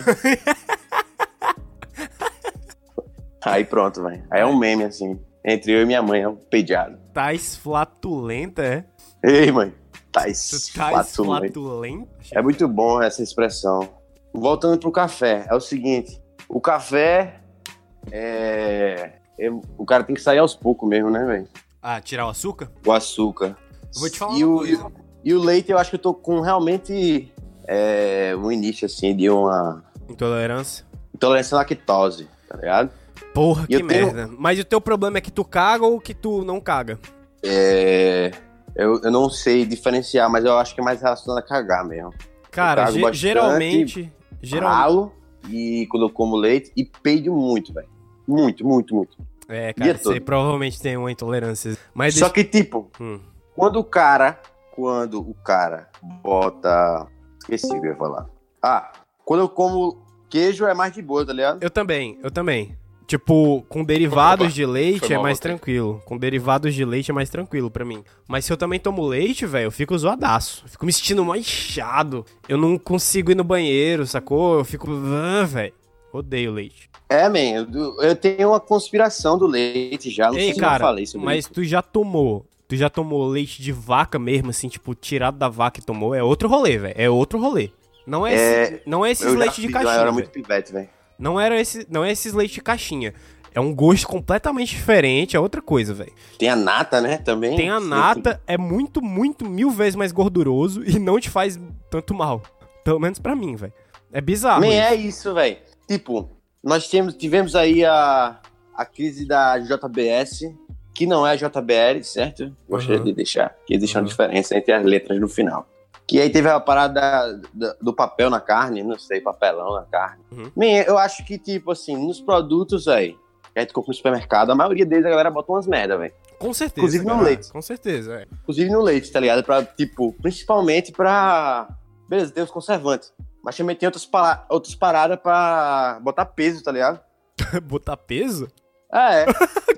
I: aí pronto, velho. Aí é um meme, assim. Entre eu e minha mãe, é um pediado.
F: Tais flatulenta, Tá é?
I: Ei, mãe. Tá
F: Tu Tais
I: flatulenta.
F: flatulenta?
I: É muito bom essa expressão. Voltando pro café, é o seguinte: o café é. é- o cara tem que sair aos poucos mesmo, né, velho?
F: Ah, tirar o açúcar?
I: O açúcar.
F: Eu vou te falar
I: E
F: uma
I: o, e,
F: coisa.
I: o- e o leite, eu acho que eu tô com realmente é, um início, assim, de uma
F: Intolerância.
I: intolerância à lactose, tá ligado?
F: Porra,
I: E
F: que
I: eu tenho-
F: merda. Mas o teu problema é que tu caga ou que tu não caga?
I: É, eu, eu não sei diferenciar, mas eu acho que é mais relacionado a cagar mesmo.
F: Cara,
I: cago
F: ge-
I: bastante. Ah,
F: geralmente. Geralmente.
I: Ralo e quando eu como leite e peido muito, velho. Muito, muito, muito.
F: É, cara,
I: dia todo.
F: você provavelmente tem uma intolerância. Mas
I: Só
F: deixa...
I: que, tipo,
F: Hum.
I: quando o cara. Quando o cara bota. Esqueci o que eu ia falar. Ah, quando eu como queijo é mais de boa, tá ligado?
F: Eu também, eu também. Tipo, com derivados
E: Opa,
F: de
I: né?
F: leite
E: foi
F: é
E: mal,
F: mais
E: voltei.
F: tranquilo. Com derivados de leite é mais tranquilo pra mim. Mas se eu também tomo leite, velho, eu fico zoadaço. Fico me sentindo mais inchado. Eu não consigo ir no banheiro, sacou? Eu fico. Ah, velho. Odeio leite.
I: É, man, eu, eu tenho uma conspiração do leite já. Não
F: Ei,
I: sei se eu
F: cara,
I: falei sobre
F: mas
I: isso.
F: tu já tomou. Tu já tomou leite de vaca mesmo, assim, tipo, tirado da vaca e tomou? É outro rolê, velho. É outro rolê. Não é,
I: É,
F: esse, não é esses
I: Eu já
F: leite de
I: fiz,
F: caixinha.
I: Eu era
F: velho.
I: muito pivete, velho.
F: Não era esse, não é esses leite de caixinha. É um gosto completamente diferente, é outra coisa, velho.
I: Tem a nata, né? Também.
F: Tem a nata, é muito, muito, mil vezes mais gorduroso e não te faz tanto mal. Pelo menos pra mim, velho. É bizarro.
I: Man,
F: isso.
I: é isso, velho. Tipo, nós temos, tivemos aí a, a crise da JBS, que não é a JBL, certo? Gostaria
F: Uhum.
I: de deixar, que existe
F: Uhum.
I: uma diferença entre as letras no final. Que aí teve a parada da- da- do papel na carne, não sei, papelão na carne.
F: Uhum.
I: Man, eu acho que, tipo assim, nos produtos aí, que a gente compra no supermercado, a maioria deles a galera bota umas merda, velho.
F: Com certeza.
I: Inclusive no leite.
F: Com certeza, é.
I: Inclusive no leite, tá ligado? Pra, tipo, principalmente pra. Beleza, tem os conservantes. Mas também tem outras, pala- outras paradas pra botar peso, tá ligado?
F: Botar peso?
I: É, é.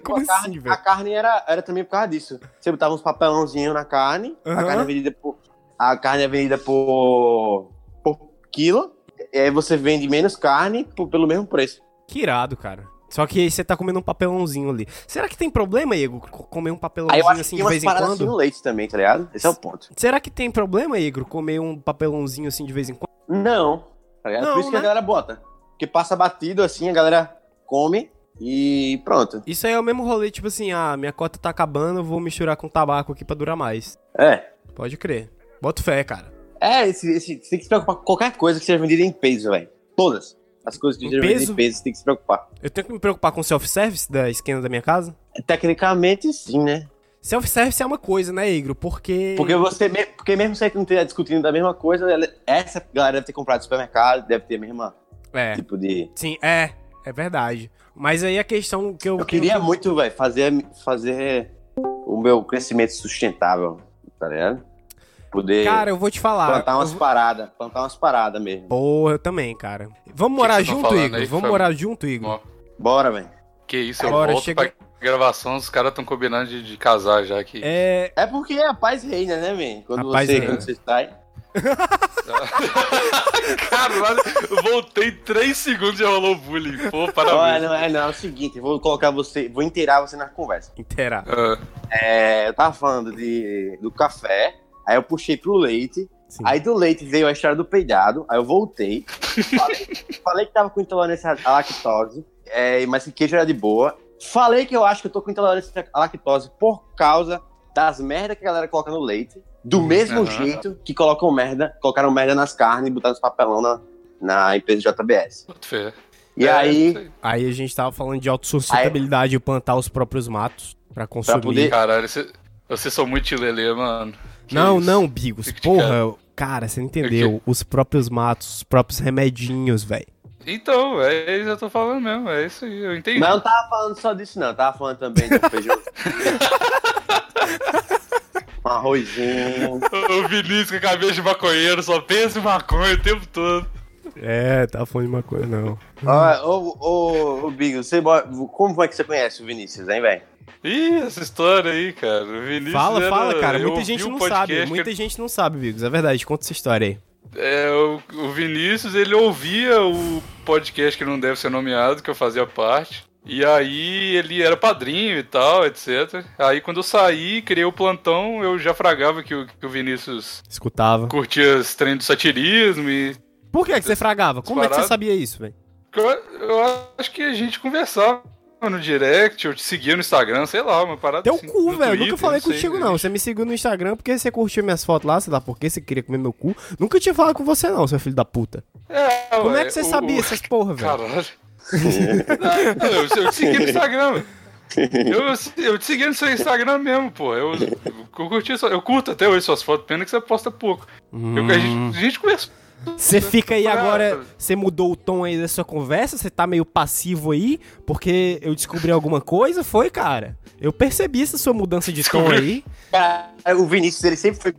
F: Como
I: a carne,
F: assim,
I: a
F: velho?
I: carne era, era também por causa disso. Você botava uns papelãozinhos na carne,
F: Aham.
I: a carne é vendida por. a carne é vendida por, por quilo, e aí você vende menos carne por- pelo mesmo preço.
F: Que irado, cara. Só que aí você tá comendo um papelãozinho ali. Será que tem problema, Igor, co- comer um
I: Aí eu
F: papelãozinho assim
I: acho que tem
F: de
I: umas
F: vez em
I: paradas assim
F: quando?
I: no leite também, tá ligado? Esse é o ponto.
F: Será que tem problema, Igor, comer um papelãozinho assim de vez em quando?
I: Não, tá ligado?
F: Não,
I: Por isso que
F: né?
I: a galera bota. Porque passa batido assim, a galera come e pronto.
F: Isso aí é o mesmo rolê, tipo assim, ah, minha cota tá acabando, eu vou misturar com tabaco aqui pra durar mais.
I: É.
F: Pode crer. Boto fé, cara.
I: É, esse, esse, você tem que se preocupar com qualquer coisa que seja vendida em peso, velho. Todas. As coisas que
F: Em
I: sejam vendidas
F: peso?
I: em peso, você tem que se preocupar.
F: Eu tenho que me preocupar com self-service da esquina da minha casa?
I: Tecnicamente, sim, né?
F: Self-service é uma coisa, né, Igor? Porque.
I: Porque você me- porque mesmo se a gente não esteja discutindo da mesma coisa, ela- essa galera deve ter comprado no supermercado, deve ter a mesma
F: É.
I: tipo de.
F: Sim, é. É verdade. Mas aí a questão que eu.
I: Eu queria muito, velho, fazer, fazer o meu crescimento sustentável, tá ligado? Poder
F: Cara, eu vou te falar.
I: plantar umas
F: Ah, Eu-
I: paradas, plantar umas paradas mesmo.
F: Porra, eu também, cara. Vamos
E: que
F: morar
E: vocês tão
F: junto,
E: falando
F: Igor?
E: aí,
F: Vamos
E: Fábio?
F: morar junto, Igor?
E: Ó,
I: Bora, velho.
E: que isso, eu
F: Agora
E: volto
F: chega-
E: pra gravação, os caras estão combinando de, de casar já aqui.
F: É.
I: É porque a paz reina, né, velho? Quando
F: A paz
I: você,
F: reina.
I: quando você sai.
E: Caralho, voltei em 3 segundos e já rolou bullying. Pô,
I: Não, é,
E: parabéns.
I: não, é, não, é o seguinte, vou colocar você, vou inteirar você na conversa.
F: Intera.
E: Ah,
I: É, eu tava falando de, do café, aí eu puxei pro leite,
F: Sim.
I: aí do leite veio a história do peidado, aí eu voltei, falei, falei que tava com intolerância à lactose, é, mas que queijo era de boa. Falei que eu acho que eu tô com intolerância à lactose por causa das merdas que a galera coloca no leite, do mesmo
E: Uhum. aham.
I: jeito que colocam merda, colocaram merda nas carnes e botaram os papelão na, na empresa JBS.
E: boto fé.
I: E
E: É,
I: aí,
E: isso aí.
F: Aí a gente tava falando de autossustentabilidade e plantar os próprios matos pra consumir.
I: poder-
E: Caralho, cê- vocês são muito lelê, mano. Que
F: Não,
E: isso?
F: não, Bigos.
E: Fica de
F: Porra, cara, você não entendeu. Os próprios matos, os próprios remedinhos, velho.
E: Então, é isso que eu tô falando mesmo. É isso aí, eu entendi.
I: Mas eu não tava falando só disso, não. Eu tava falando também de um feijão. um arrozinho.
E: O Vinícius com a cabeça de maconheiro só pensa em maconha o tempo todo.
F: É, tá falando de uma coisa, não.
I: Ó, Ah, Ô, ô, ô, Bigo, você, bo- como é que você conhece o Vinícius, hein, velho?
E: Ih, essa história aí, cara. O Vinícius
F: Fala,
E: era-
F: fala, cara.
E: eu
F: Muita
E: ouvi
F: gente
E: um
F: não
E: podcast
F: sabe.
E: que-
F: Muita gente não sabe, Bigos. É verdade. Conta essa história aí.
E: É, o, o Vinícius, ele ouvia o podcast que não deve ser nomeado, que eu fazia parte. E aí ele era padrinho e tal, etc. Aí quando eu saí, criei o plantão, eu já fragava que o, que o Vinícius
F: Escutava. curtia
E: curtia os treinos do satirismo e
F: Por que, que você fragava? Como é que você
E: Disparado.
F: sabia isso, velho?
E: Eu, eu acho que a gente conversava no direct, eu te seguia no Instagram, sei lá, uma parada
F: Teu
E: assim,
F: cu,
E: no
F: velho.
E: Twitter,
F: Nunca falei
E: sei,
F: contigo,
E: né?
F: não. Você me seguiu no Instagram porque você curtiu minhas fotos lá, sei lá por quê, você queria comer meu cu. Nunca tinha falado com você, não, seu filho da puta.
E: É,
F: Como é
E: ué,
F: que você
E: o-
F: sabia essas porra, velho?
E: Caralho. Não, eu, eu te segui no Instagram. velho. Eu, eu te segui no seu Instagram mesmo, pô. Eu, eu, curti sua- eu curto até hoje suas fotos, pena que você posta pouco. Eu- a,
F: Hum.
E: gente, a gente conversou.
F: Você fica aí
E: Ah,
F: agora, você mudou o tom aí da sua conversa, você tá meio passivo aí, porque eu descobri alguma coisa, foi, cara? Eu percebi essa sua mudança de tom aí.
I: Cara, o Vinícius, ele sempre foi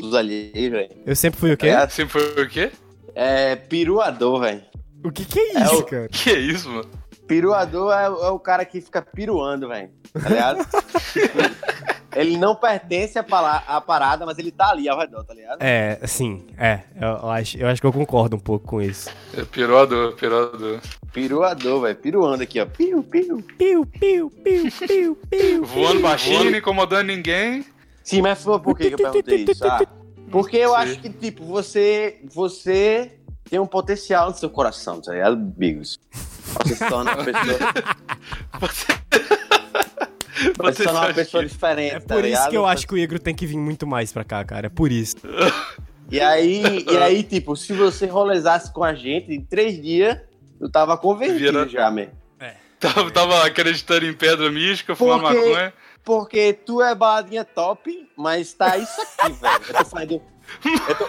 I: dos alheios, velho.
F: Eu sempre fui o quê?
I: É,
E: Ah, Sempre foi o quê?
I: é piruador, velho.
F: O que que é isso,
I: o-
F: cara?
E: Que é isso, mano?
I: Piruador é, é o cara que fica piruando, velho. Tá ligado? Tipo, ele não pertence à, pala- à parada, mas ele tá ali ao redor, tá ligado?
F: É, sim, é. Eu, eu acho, eu acho que eu concordo um pouco com isso.
E: É piroador, piroador.
I: Piruador, velho. Piruando aqui, ó. Piru, piru.
F: Piu, piu, piu, piu, piu.
E: Voando baixinho, não incomodando ninguém.
I: Sim, mas foi por que que eu perguntei isso? Ah, porque eu
E: Sim.
I: acho que, tipo, você, você tem um potencial no seu coração, tá ligado, Bigos? Você se torna uma pessoa, você se torna uma pessoa diferente,
F: É
I: tá
F: por isso
I: ligado?
F: que eu acho que o Igor tem que vir muito mais pra cá, cara. É por isso.
I: E aí,
F: Ah.
I: e aí, tipo, se você rolezasse com a gente, em três dias, eu tava convertido
E: Vira-
I: já, man. É.
E: Tava, tava acreditando em pedra mística, fumar
I: Por quê?
E: maconha.
I: Porque tu é baladinha top, mas tá isso aqui, velho. Eu tô fazendo... Eu tô...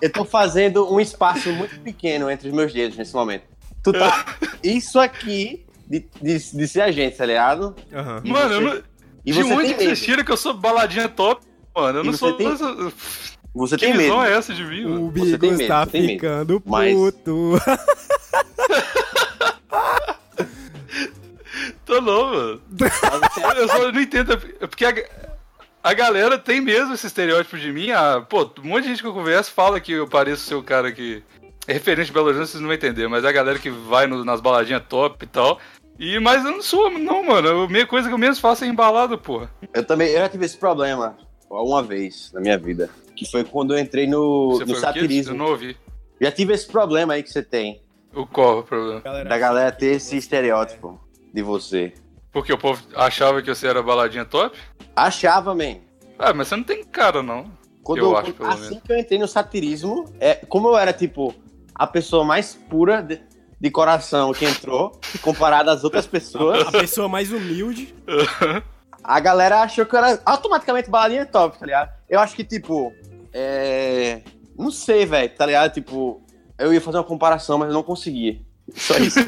I: eu tô fazendo um espaço muito pequeno entre os meus dedos nesse momento. Tu tá... Isso aqui... De, de, de ser a gente, tá ligado?
F: Aham.
I: E
E: Mano,
I: você-
E: eu não- um de
I: E você
E: onde
I: tem
E: que
I: medo.
E: vocês tiram que eu sou baladinha top, mano? Eu
I: E
E: não
I: você
E: sou.
I: tem-
E: essa-
I: Você
E: Que
I: tem medo.
E: visão é essa de mim, mano?
F: O
I: Você tem
F: Bigos
I: medo,
F: tá
I: você tem medo.
F: ficando
I: Mas-
F: puto.
E: Tô não, mano.
I: Mas você-
E: Eu só não entendo. é Porque a, a galera tem mesmo esse estereótipo de mim. Ah, pô, um monte de gente que eu converso fala que eu pareço ser o cara que. É referente de Belo Horizonte, vocês não vão entender, mas é a galera que vai no- nas baladinhas top e tal. E, mas eu não sou, não, mano. A minha coisa que eu menos faço é embalado, porra.
I: Eu também, eu já tive esse problema uma vez na minha vida, que foi quando eu entrei no,
E: Você foi o quê?
I: no
E: Eu
I: satirismo.
E: não ouvi.
I: Já tive esse problema aí que você tem,
E: O qual o problema?
I: da galera ter esse estereótipo de você.
E: Porque o povo achava que você era baladinha top?
I: Achava, man.
E: Ah, mas você não tem cara, não.
I: Quando
E: Eu acho,
I: quando-
E: pelo
I: assim
E: menos.
I: que eu entrei no satirismo, é, como eu era, tipo, a pessoa mais pura de, de coração que entrou, comparado às outras pessoas,
F: A pessoa mais humilde.
I: a galera achou que eu era automaticamente baladinha top, tá ligado? Eu acho que, tipo, é... Não sei, velho, tá ligado? Tipo, eu ia fazer uma comparação, mas eu não consegui. Só isso.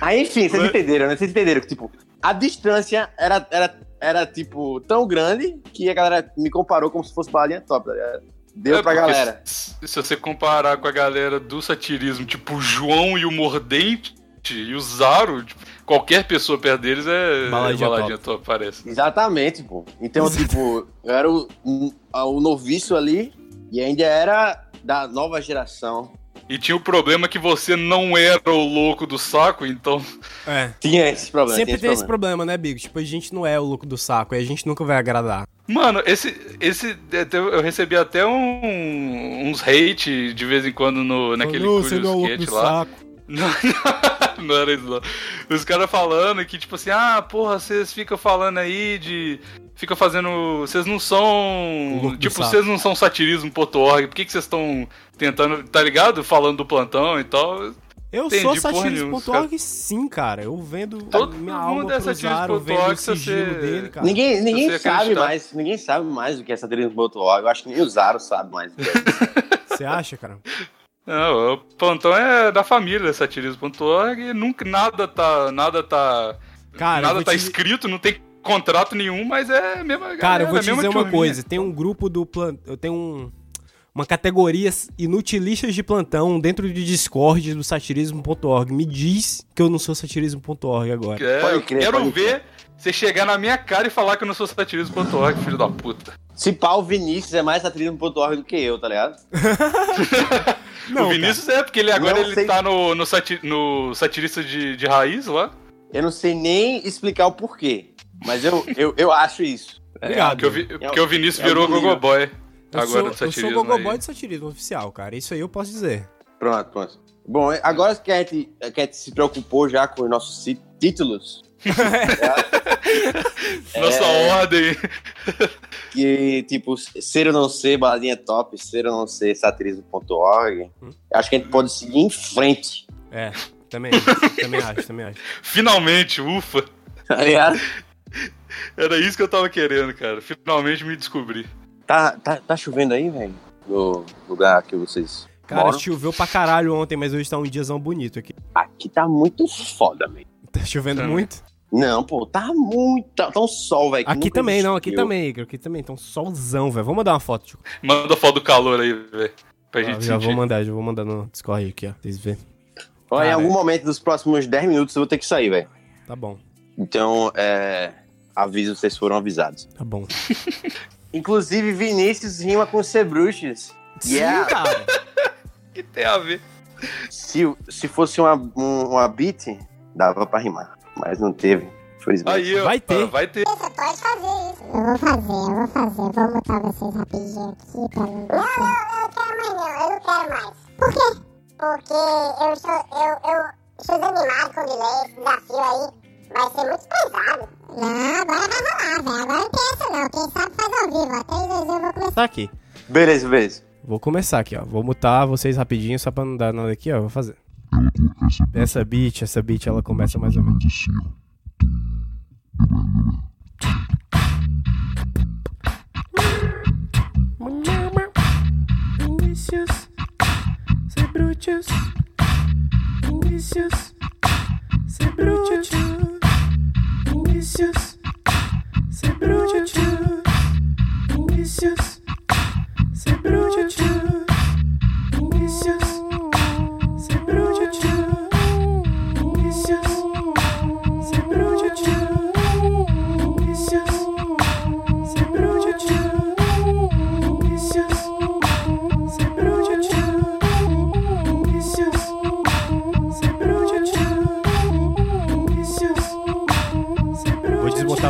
I: Aí, enfim, vocês entenderam, né? Vocês entenderam que, tipo, a distância era, era, era, tipo, tão grande que a galera me comparou como se fosse baladinha top, tá ligado? Deu
E: É,
I: pra
E: porque
I: galera.
E: Se, se você comparar com a galera do satirismo, tipo o João e o Mordente e o Zaro, tipo, qualquer pessoa perto deles é
F: Baladinha
E: baladinha, baladinha top. parece.
I: Exatamente, pô. Então, tipo, eu era o, um- a- o noviço ali e ainda era da nova geração.
E: E tinha o problema que você não era o louco do saco, então.
F: É.
I: Tinha esse problema.
F: Sempre
I: tinha
F: tem esse problema, né, Bigo? Tipo, a gente não é o louco do saco, aí a gente nunca vai agradar.
E: Mano, esse. esse é, eu recebi até um, uns hate de vez em quando no, naquele
F: Falou, "Você não é o
E: Curious
F: louco
E: Cat
F: do
E: lá.
F: saco.
E: Não, não era isso, não. Os caras falando que, tipo assim, ah, porra, vocês ficam falando aí de. Fica fazendo. Vocês não são.
F: Louco do
E: tipo,
F: saco.
E: vocês não são satirismo.org. Por que que vocês estão tentando. Tá ligado? Falando do plantão e tal.
F: Eu
E: Entendi,
F: sou
E: porra nenhuma,
F: satirismo.org sim, cara. Eu vendo
E: Todo
F: minha
E: mundo
F: alma
E: é
F: pro Zaro,
E: satirismo.org,
F: vendo o
E: se você-
F: sigilo dele, cara.
I: Ninguém, ninguém
E: você
I: sabe
E: acreditar.
I: mais, ninguém sabe mais o que é satirismo.org. Eu acho que nem o Zaro sabe mais.
F: Você acha, cara?
E: Não, o plantão é da família, satirismo.org. e Nunca nada tá. Nada tá.
F: Cara, eu
E: nada
F: vou
E: tá
F: te-
E: escrito, não tem contrato nenhum, mas é a mesma
F: Cara, eu vou
E: é a
F: te
E: mesma
F: dizer uma
E: turminha.
F: coisa. Tem um grupo do plan... Eu tenho um... uma categoria inutilistas de plantão dentro de Discord do satirismo.org. Me diz que eu não sou satirismo.org agora.
E: É,
I: Pode
E: eu
I: crer,
E: quero
I: pode
E: ver você chegar na minha cara e falar que eu não sou satirismo.org, filho da puta.
I: Se pá, o Vinícius é mais satirismo.org do que eu, tá ligado?
F: Não,
E: o Vinícius é, porque ele agora
I: Não
E: ele
I: sei.
E: tá no, no, sati- no satirista de, de raiz lá.
I: Eu não sei nem explicar o porquê. Mas eu, eu, eu acho isso.
F: Obrigado.
E: Porque o, Vi- porque o Vinícius
I: é o
E: virou
I: Gogo.
E: Gogoboy.
F: Eu
E: Agora do
F: sou, eu sou
E: satirismo.
F: gogoboy
E: aí.
F: de satirismo oficial, cara. Isso aí eu posso dizer.
I: Pronto, pronto. Bom, agora que a gente, que a gente se preocupou já com os nossos ci- títulos,
F: É.
E: Nossa ordem.
I: que, tipo, ser ou não ser, baladinha top, ser ou não ser, satirismo.org, acho que a gente pode seguir em frente,
F: É, também, também acho, também acho.
E: Finalmente, ufa.
I: tá ligado?
E: Era isso que eu tava querendo, cara. Finalmente me descobri.
I: Tá, tá, tá chovendo aí, velho? No lugar que vocês
F: Cara,
I: moram?
F: choveu pra caralho ontem, mas hoje tá um diazão bonito aqui.
I: Aqui tá muito foda, velho.
F: Tá chovendo
E: Também.
F: muito?
I: Não, pô, tá muito... Tá, tá um sol, velho. que
F: Aqui
I: nunca
F: também, não, aqui
I: existiu.
F: também, Igor, aqui também. Tá um solzão, velho. Vamos mandar uma foto, Chico.
E: Manda foto do calor aí, velho. Pra
F: Ah,
E: gente
F: já
E: sentir.
F: vou mandar, já vou mandar no Discord aqui, ó. pra Vocês verem.
I: Ó, em
F: Cara.
I: algum momento dos próximos 10 minutos eu vou ter que sair, velho.
F: Tá bom,
I: Então, é... Aviso, vocês foram avisados.
F: tá bom.
I: Inclusive, Vinícius rima com Sebruches. Yeah.
F: Sim, cara.
E: que tem a ver?
I: Se, se fosse uma, um, uma beat, dava pra rimar. Mas não teve, infelizmente.
E: Aí, ó,
F: Vai ter.
E: Vai ter.
H: Eu vou fazer, eu vou fazer. Vou mutar vocês rapidinho aqui pra não. Não, eu, eu quero mais não, eu não quero mais. Por quê? Porque eu sou. Eu, eu sou desanimado com o delay, esse desafio aí vai ser muito pesado. Não, agora vai rolar, velho. Agora não tem essa não. Quem sabe faz ao vivo. Até em dois eu vou começar.
F: Tá aqui.
I: Beleza, beleza.
F: Vou começar aqui, ó. Vou mutar vocês rapidinho, só pra não dar nada aqui, ó. Vou fazer. Essa beat, essa beat, ela começa mais ou menos. Vinícius, Sebrutus, Vinícius, Sebrutus, Vinícius, Sebrutus, Vinícius, Sebrutus, Vinícius, Sebrutus, Vinícius, Sebrutus, Vinícius.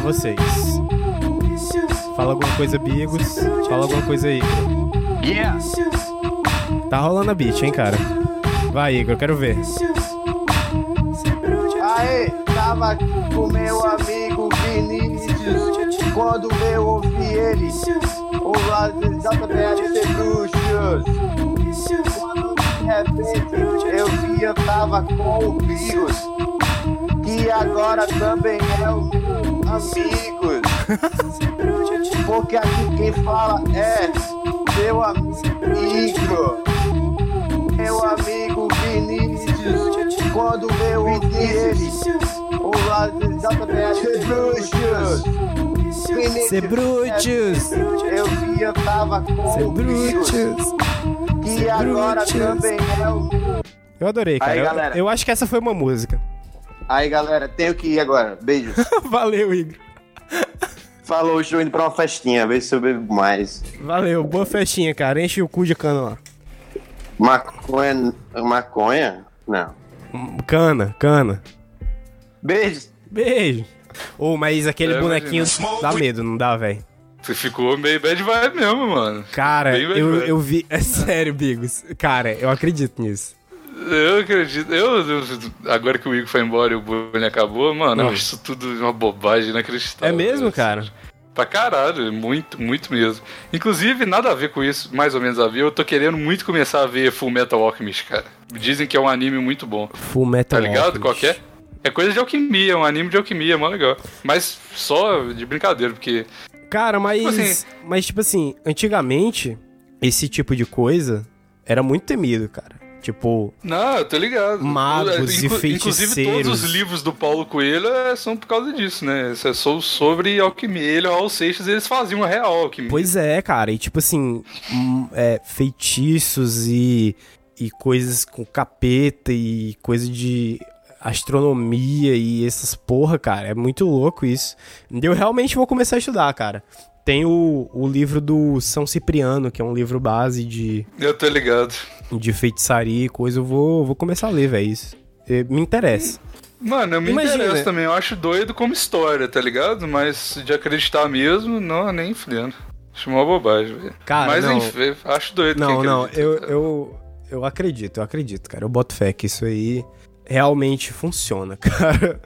F: vocês. Fala alguma coisa, Bigos. Fala alguma coisa aí.
H: Yeah.
F: Tá rolando a beat, hein, cara? Vai, Igor, quero ver.
K: Aê, tava com meu amigo Vinícius quando eu ouvi ele. O lado JBL Bruxos. Quando de repente É, eu via tava com o Bigos, que agora também é o meu amigo. Porque aqui quem fala é meu amigo. Meu amigo Vinícius, quando eu ouvi ele, o lado JBL Bruxos. Vinícius,
F: Sebruchos.
K: Eu via tava com
F: é
K: o Bruxos, que agora também é o
F: Eu adorei, cara.
K: Aí,
F: Eu-
K: galera.
F: eu acho que essa foi uma música.
K: Aí, galera, tenho que ir agora. Beijos.
F: Valeu, Igor.
I: Falou, estou indo pra uma festinha, ver se eu bebo mais.
F: Valeu, boa festinha, cara. Enche o cu de cana lá.
I: Maconha. Maconha? Não.
F: Cana, cana.
I: Beijo.
F: Beijo. Ô, mas aquele
E: É,
F: bonequinho
E: imagina.
F: dá medo, não dá, velho?
E: Você ficou meio bad vibe mesmo, mano.
F: Cara,
E: Bem bad
F: eu,
E: vibe.
F: eu vi. É sério, Bigos. Cara, eu acredito nisso.
E: Eu acredito. Eu, eu- agora que o Igor foi embora e o Bonnie acabou, mano, eu
F: Hum.
E: acho isso tudo uma bobagem
F: É
E: inacreditável.
F: mesmo, cara?
E: Pra caralho, muito, muito mesmo. Inclusive, nada a ver com isso, mais ou menos a ver. Eu tô querendo muito começar a ver Full Metal Alchemist, cara. Dizem que é um anime muito bom.
F: Full
E: Tá
F: Metal.
E: ligado?
F: Alchemist.
E: Qualquer. É coisa de alquimia, é um anime de alquimia, mó legal. Mas só de brincadeira, porque.
F: Cara, mas.
E: Tipo assim-
F: Mas, tipo assim, antigamente, esse tipo de coisa era muito temido, cara. Tipo,
E: Não, eu tô ligado. É,
F: Magos e
E: Inclusive, todos
F: feiticeiros.
E: os livros do Paulo Coelho é, são por causa disso, né? Isso é só sobre alquimia. Ele, Raul Seixas, eles faziam a real alquimia.
F: Pois é, cara. E tipo assim, hum, é, feitiços e, e coisas com capeta e coisa de astronomia e essas porra, cara. É muito louco isso. Eu realmente vou começar a estudar, cara. Tem o, o livro do São Cipriano, que é um livro base de,
E: Eu tô ligado.
F: de feitiçaria e coisa. Eu vou, vou começar a ler, velho. Isso Eh, me interessa.
E: Mano, eu me
F: Imagina.
E: interesso também. Eu acho doido como história, tá ligado? Mas de acreditar mesmo, não, nem fudendo. Acho uma bobagem, velho.
F: Cara,
E: Mas
F: não.
E: enfim, acho doido.
F: Não,
E: quem
F: não,
E: acredita.
F: eu, eu, eu acredito, eu acredito, cara. Eu boto fé que isso aí realmente funciona, cara.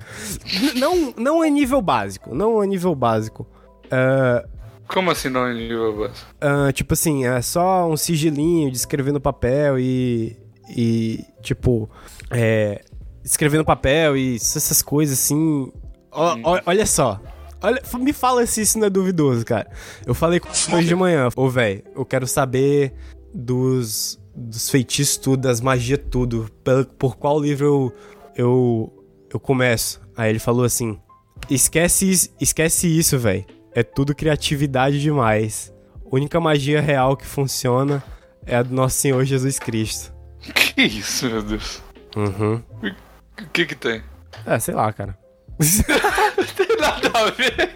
F: N- Não, não é nível básico, não é nível básico. Ah,
E: Como assim não é nível básico?
F: ah, tipo assim, é só um sigilinho de escrever no papel e. E, tipo, é, escrever no papel e essas coisas assim. Ó, ó- olha só. Olha, f- me fala se isso não é duvidoso, cara. Eu falei com hoje de manhã, ô velho, eu quero saber dos, dos feitiços tudo, das magias tudo, pelo- por qual livro eu, eu, eu começo. Aí ele falou assim: esquece, is- esquece isso, velho. É tudo criatividade demais. A única magia real que funciona é a do nosso Senhor Jesus Cristo.
E: Que isso, meu Deus?
F: Uhum.
E: O que que tem?
F: É, sei lá, cara.
E: Tem nada a ver.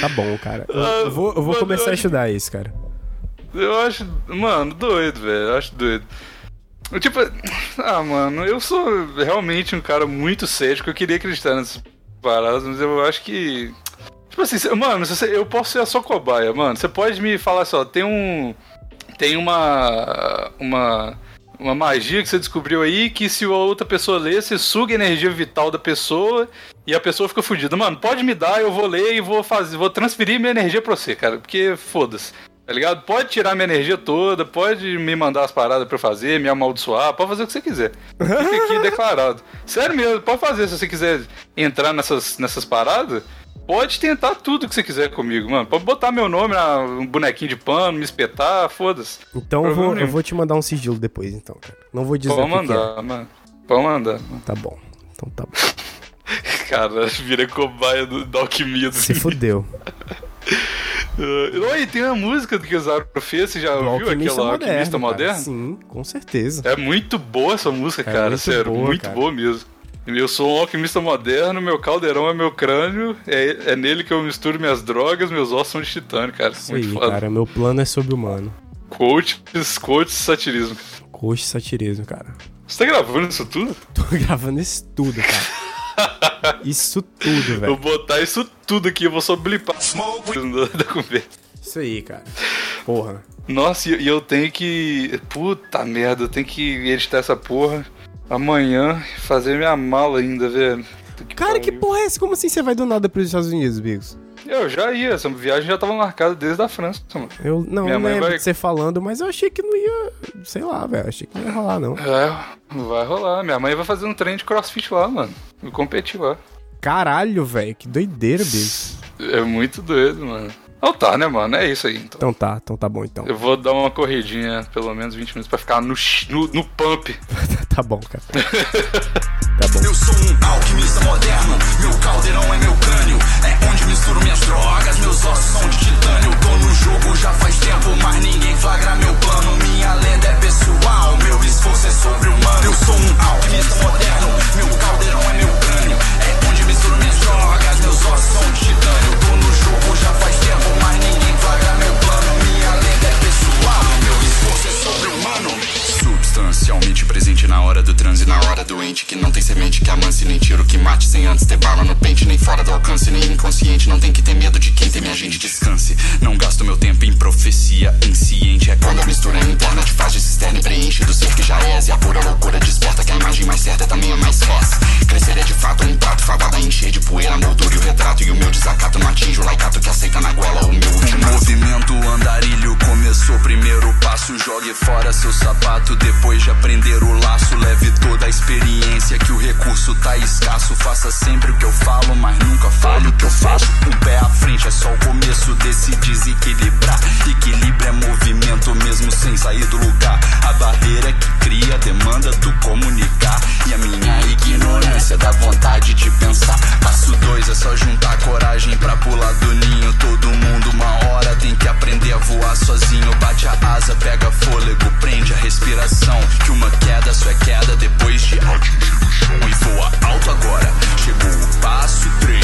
F: Tá bom, cara. Eu,
E: Ah,
F: eu vou, eu vou começar a estudar isso, cara.
E: Eu acho, mano, doido, velho. Eu acho doido. Eu, Tipo, ah, mano, eu sou realmente um cara muito cético. Eu queria acreditar nessas paradas, mas eu acho que. Tipo assim, cê- mano, se você- eu posso ser a sua cobaia, mano. Você pode me falar só, tem um. Tem uma. Uma. Uma magia que você descobriu aí que se a outra pessoa ler, você suga a energia vital da pessoa e a pessoa fica fudida. Mano, pode me dar, eu vou ler e vou fazer, vou transferir minha energia pra você, cara, porque foda-se. Tá ligado? Pode tirar minha energia toda, pode me mandar as paradas pra eu fazer, me amaldiçoar, pode fazer o que você quiser. Fica aqui declarado. Sério mesmo, pode fazer se você quiser entrar nessas, nessas paradas. Pode tentar tudo que você quiser comigo, mano. Pode botar meu nome na um bonequinho de pano, me espetar, foda-se.
F: Então eu vou,
E: Problema
F: eu
E: nenhum.
F: vou te mandar um sigilo depois, então, cara. Não vou dizer o
E: Pode
F: que que
E: mandar, mano. Pode mandar.
F: é. Tá bom. Então tá bom.
E: Cara, vira cobaia do, da alquimia do
F: Se fudeu.
E: Uh, Oi, tem uma música do que o Zaro fez, você já
F: O
E: ouviu aquela
F: alquimista é moderno,
E: Alquimista
F: cara.
E: Moderno?
F: Sim, com certeza.
E: É muito boa essa música,
F: É
E: cara,
F: muito
E: sério,
F: boa,
E: muito
F: cara.
E: boa mesmo. Eu sou um alquimista moderno, meu caldeirão é meu crânio, é, é nele que eu misturo minhas drogas, meus ossos são de titânio, cara.
F: Isso
E: muito
F: aí,
E: foda.
F: cara. Meu plano é sobre humano.
E: Coaches, coaches, satirismo.
F: Coxa e satirismo, cara.
E: Você tá gravando isso tudo?
F: Tô gravando isso tudo, cara. Isso tudo,
E: Vou
F: velho.
E: botar isso tudo aqui, eu vou só blipar da, da conversa.
F: Isso aí, cara. Porra.
E: Nossa, e e eu tenho que. Puta merda, eu tenho que editar essa porra amanhã e fazer minha mala ainda, velho. Puta
F: Cara, que
E: pariu.
F: porra é essa? Como assim você vai do nada pros Estados Unidos, Bigos?
E: Eu já ia, essa viagem já tava marcada desde a França, mano.
F: Eu não
E: Minha mãe
F: lembro
E: vai-
F: de você falando, mas eu achei que não ia. Sei lá, velho. Achei que não ia rolar, não.
E: É, vai rolar. Minha mãe vai fazer um treino de crossfit lá, mano. Eu competi lá.
F: Caralho, velho. Que doideira, Bigos.
E: É muito doido, mano. Então tá, né, mano? É isso aí, então.
F: Então tá, então tá bom, então.
E: Eu vou dar uma corridinha, pelo menos 20 minutos, pra ficar no, ch- no, no pump.
F: tá bom, cara.
H: Eu sou um alquimista moderno, meu caldeirão é meu crânio. É onde misturo minhas drogas, meus ossos são de titânio. Tô no jogo já faz tempo, mas ninguém flagra meu plano. Minha lenda é pessoal, meu esforço é sobre-humano. Eu sou um alquimista moderno, meu caldeirão é meu crânio. É onde misturo minhas drogas, meus ossos são de titânio. Tô no jogo já faz tempo, mas ninguém flagra meu plano. Minha lenda é pessoal, meu esforço é sobre-humano. Substancialmente presente na hora do transe, na hora doente que não tem semente que amance nem tiro que mate sem antes ter bala no pente nem fora do alcance nem inconsciente não tem que ter medo de quem tem minha gente descanse não gasto meu tempo em profecia insciente é quando a mistura interna te faz externa e preenche do ser que já és e a pura loucura desperta que a imagem mais certa é também a mais fez crescer é de fato um prato fabada encher de poeira moldura e o retrato e o meu desacato não atinge o laicato que aceita na goela o meu último movimento andarilho começou primeiro passo jogue fora seu sapato depois de aprender o laço leve toda a experiência que o recurso tá escasso faça sempre o que eu falo mas nunca fale o que eu faço um pé à frente é só o começo desse desequilibrar equilíbrio é movimento mesmo sem sair do lugar a barreira que cria a demanda do comunicar e a minha ignorância dá vontade de pensar passo dois é só juntar coragem pra pular do ninho todo mundo uma hora tem que aprender a voar sozinho bate a asa pega fôlego prende a respiração que uma queda só é queda depois de atingir o chão e voa alto agora chegou o passo 3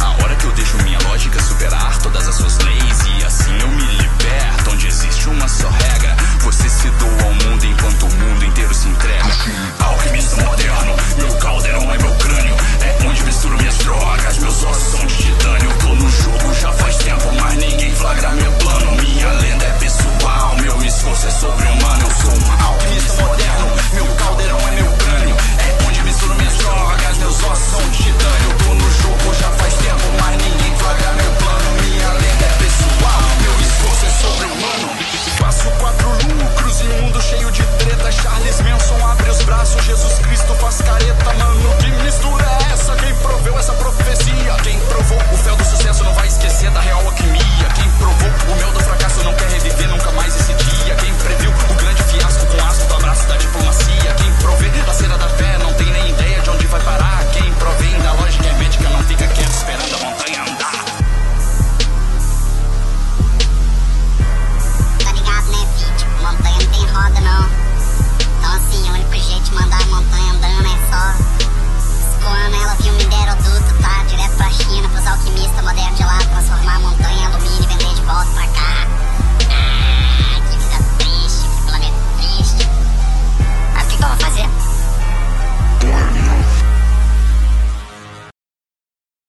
H: a hora que eu deixo minha lógica superar todas as suas leis e assim eu me liberto onde existe uma só regra você se doa ao mundo enquanto o mundo inteiro se entrega alquimista moderno meu caldeirão é meu crânio é onde misturo minhas drogas meus ossos são de titânio tô no jogo já faz tempo mas ninguém flagra meu plano minha lenda é pessoal meu esforço é sobre-humano eu sou um alquimista moderno meu caldeirão é meu crânio é onde misturo minhas drogas meus ossos são de titânio tô no jogo já faz tempo mas ninguém flagra meu plano minha lenda é pessoal meu esforço é sobre-humano faço quatro lucros em um mundo cheio de treta Charles Manson abre os braços Jesus Cristo faz careta mano que mistura é essa quem proveu essa profecia quem provou o fel do sucesso não vai esquecer da real alquimia quem provou o mel da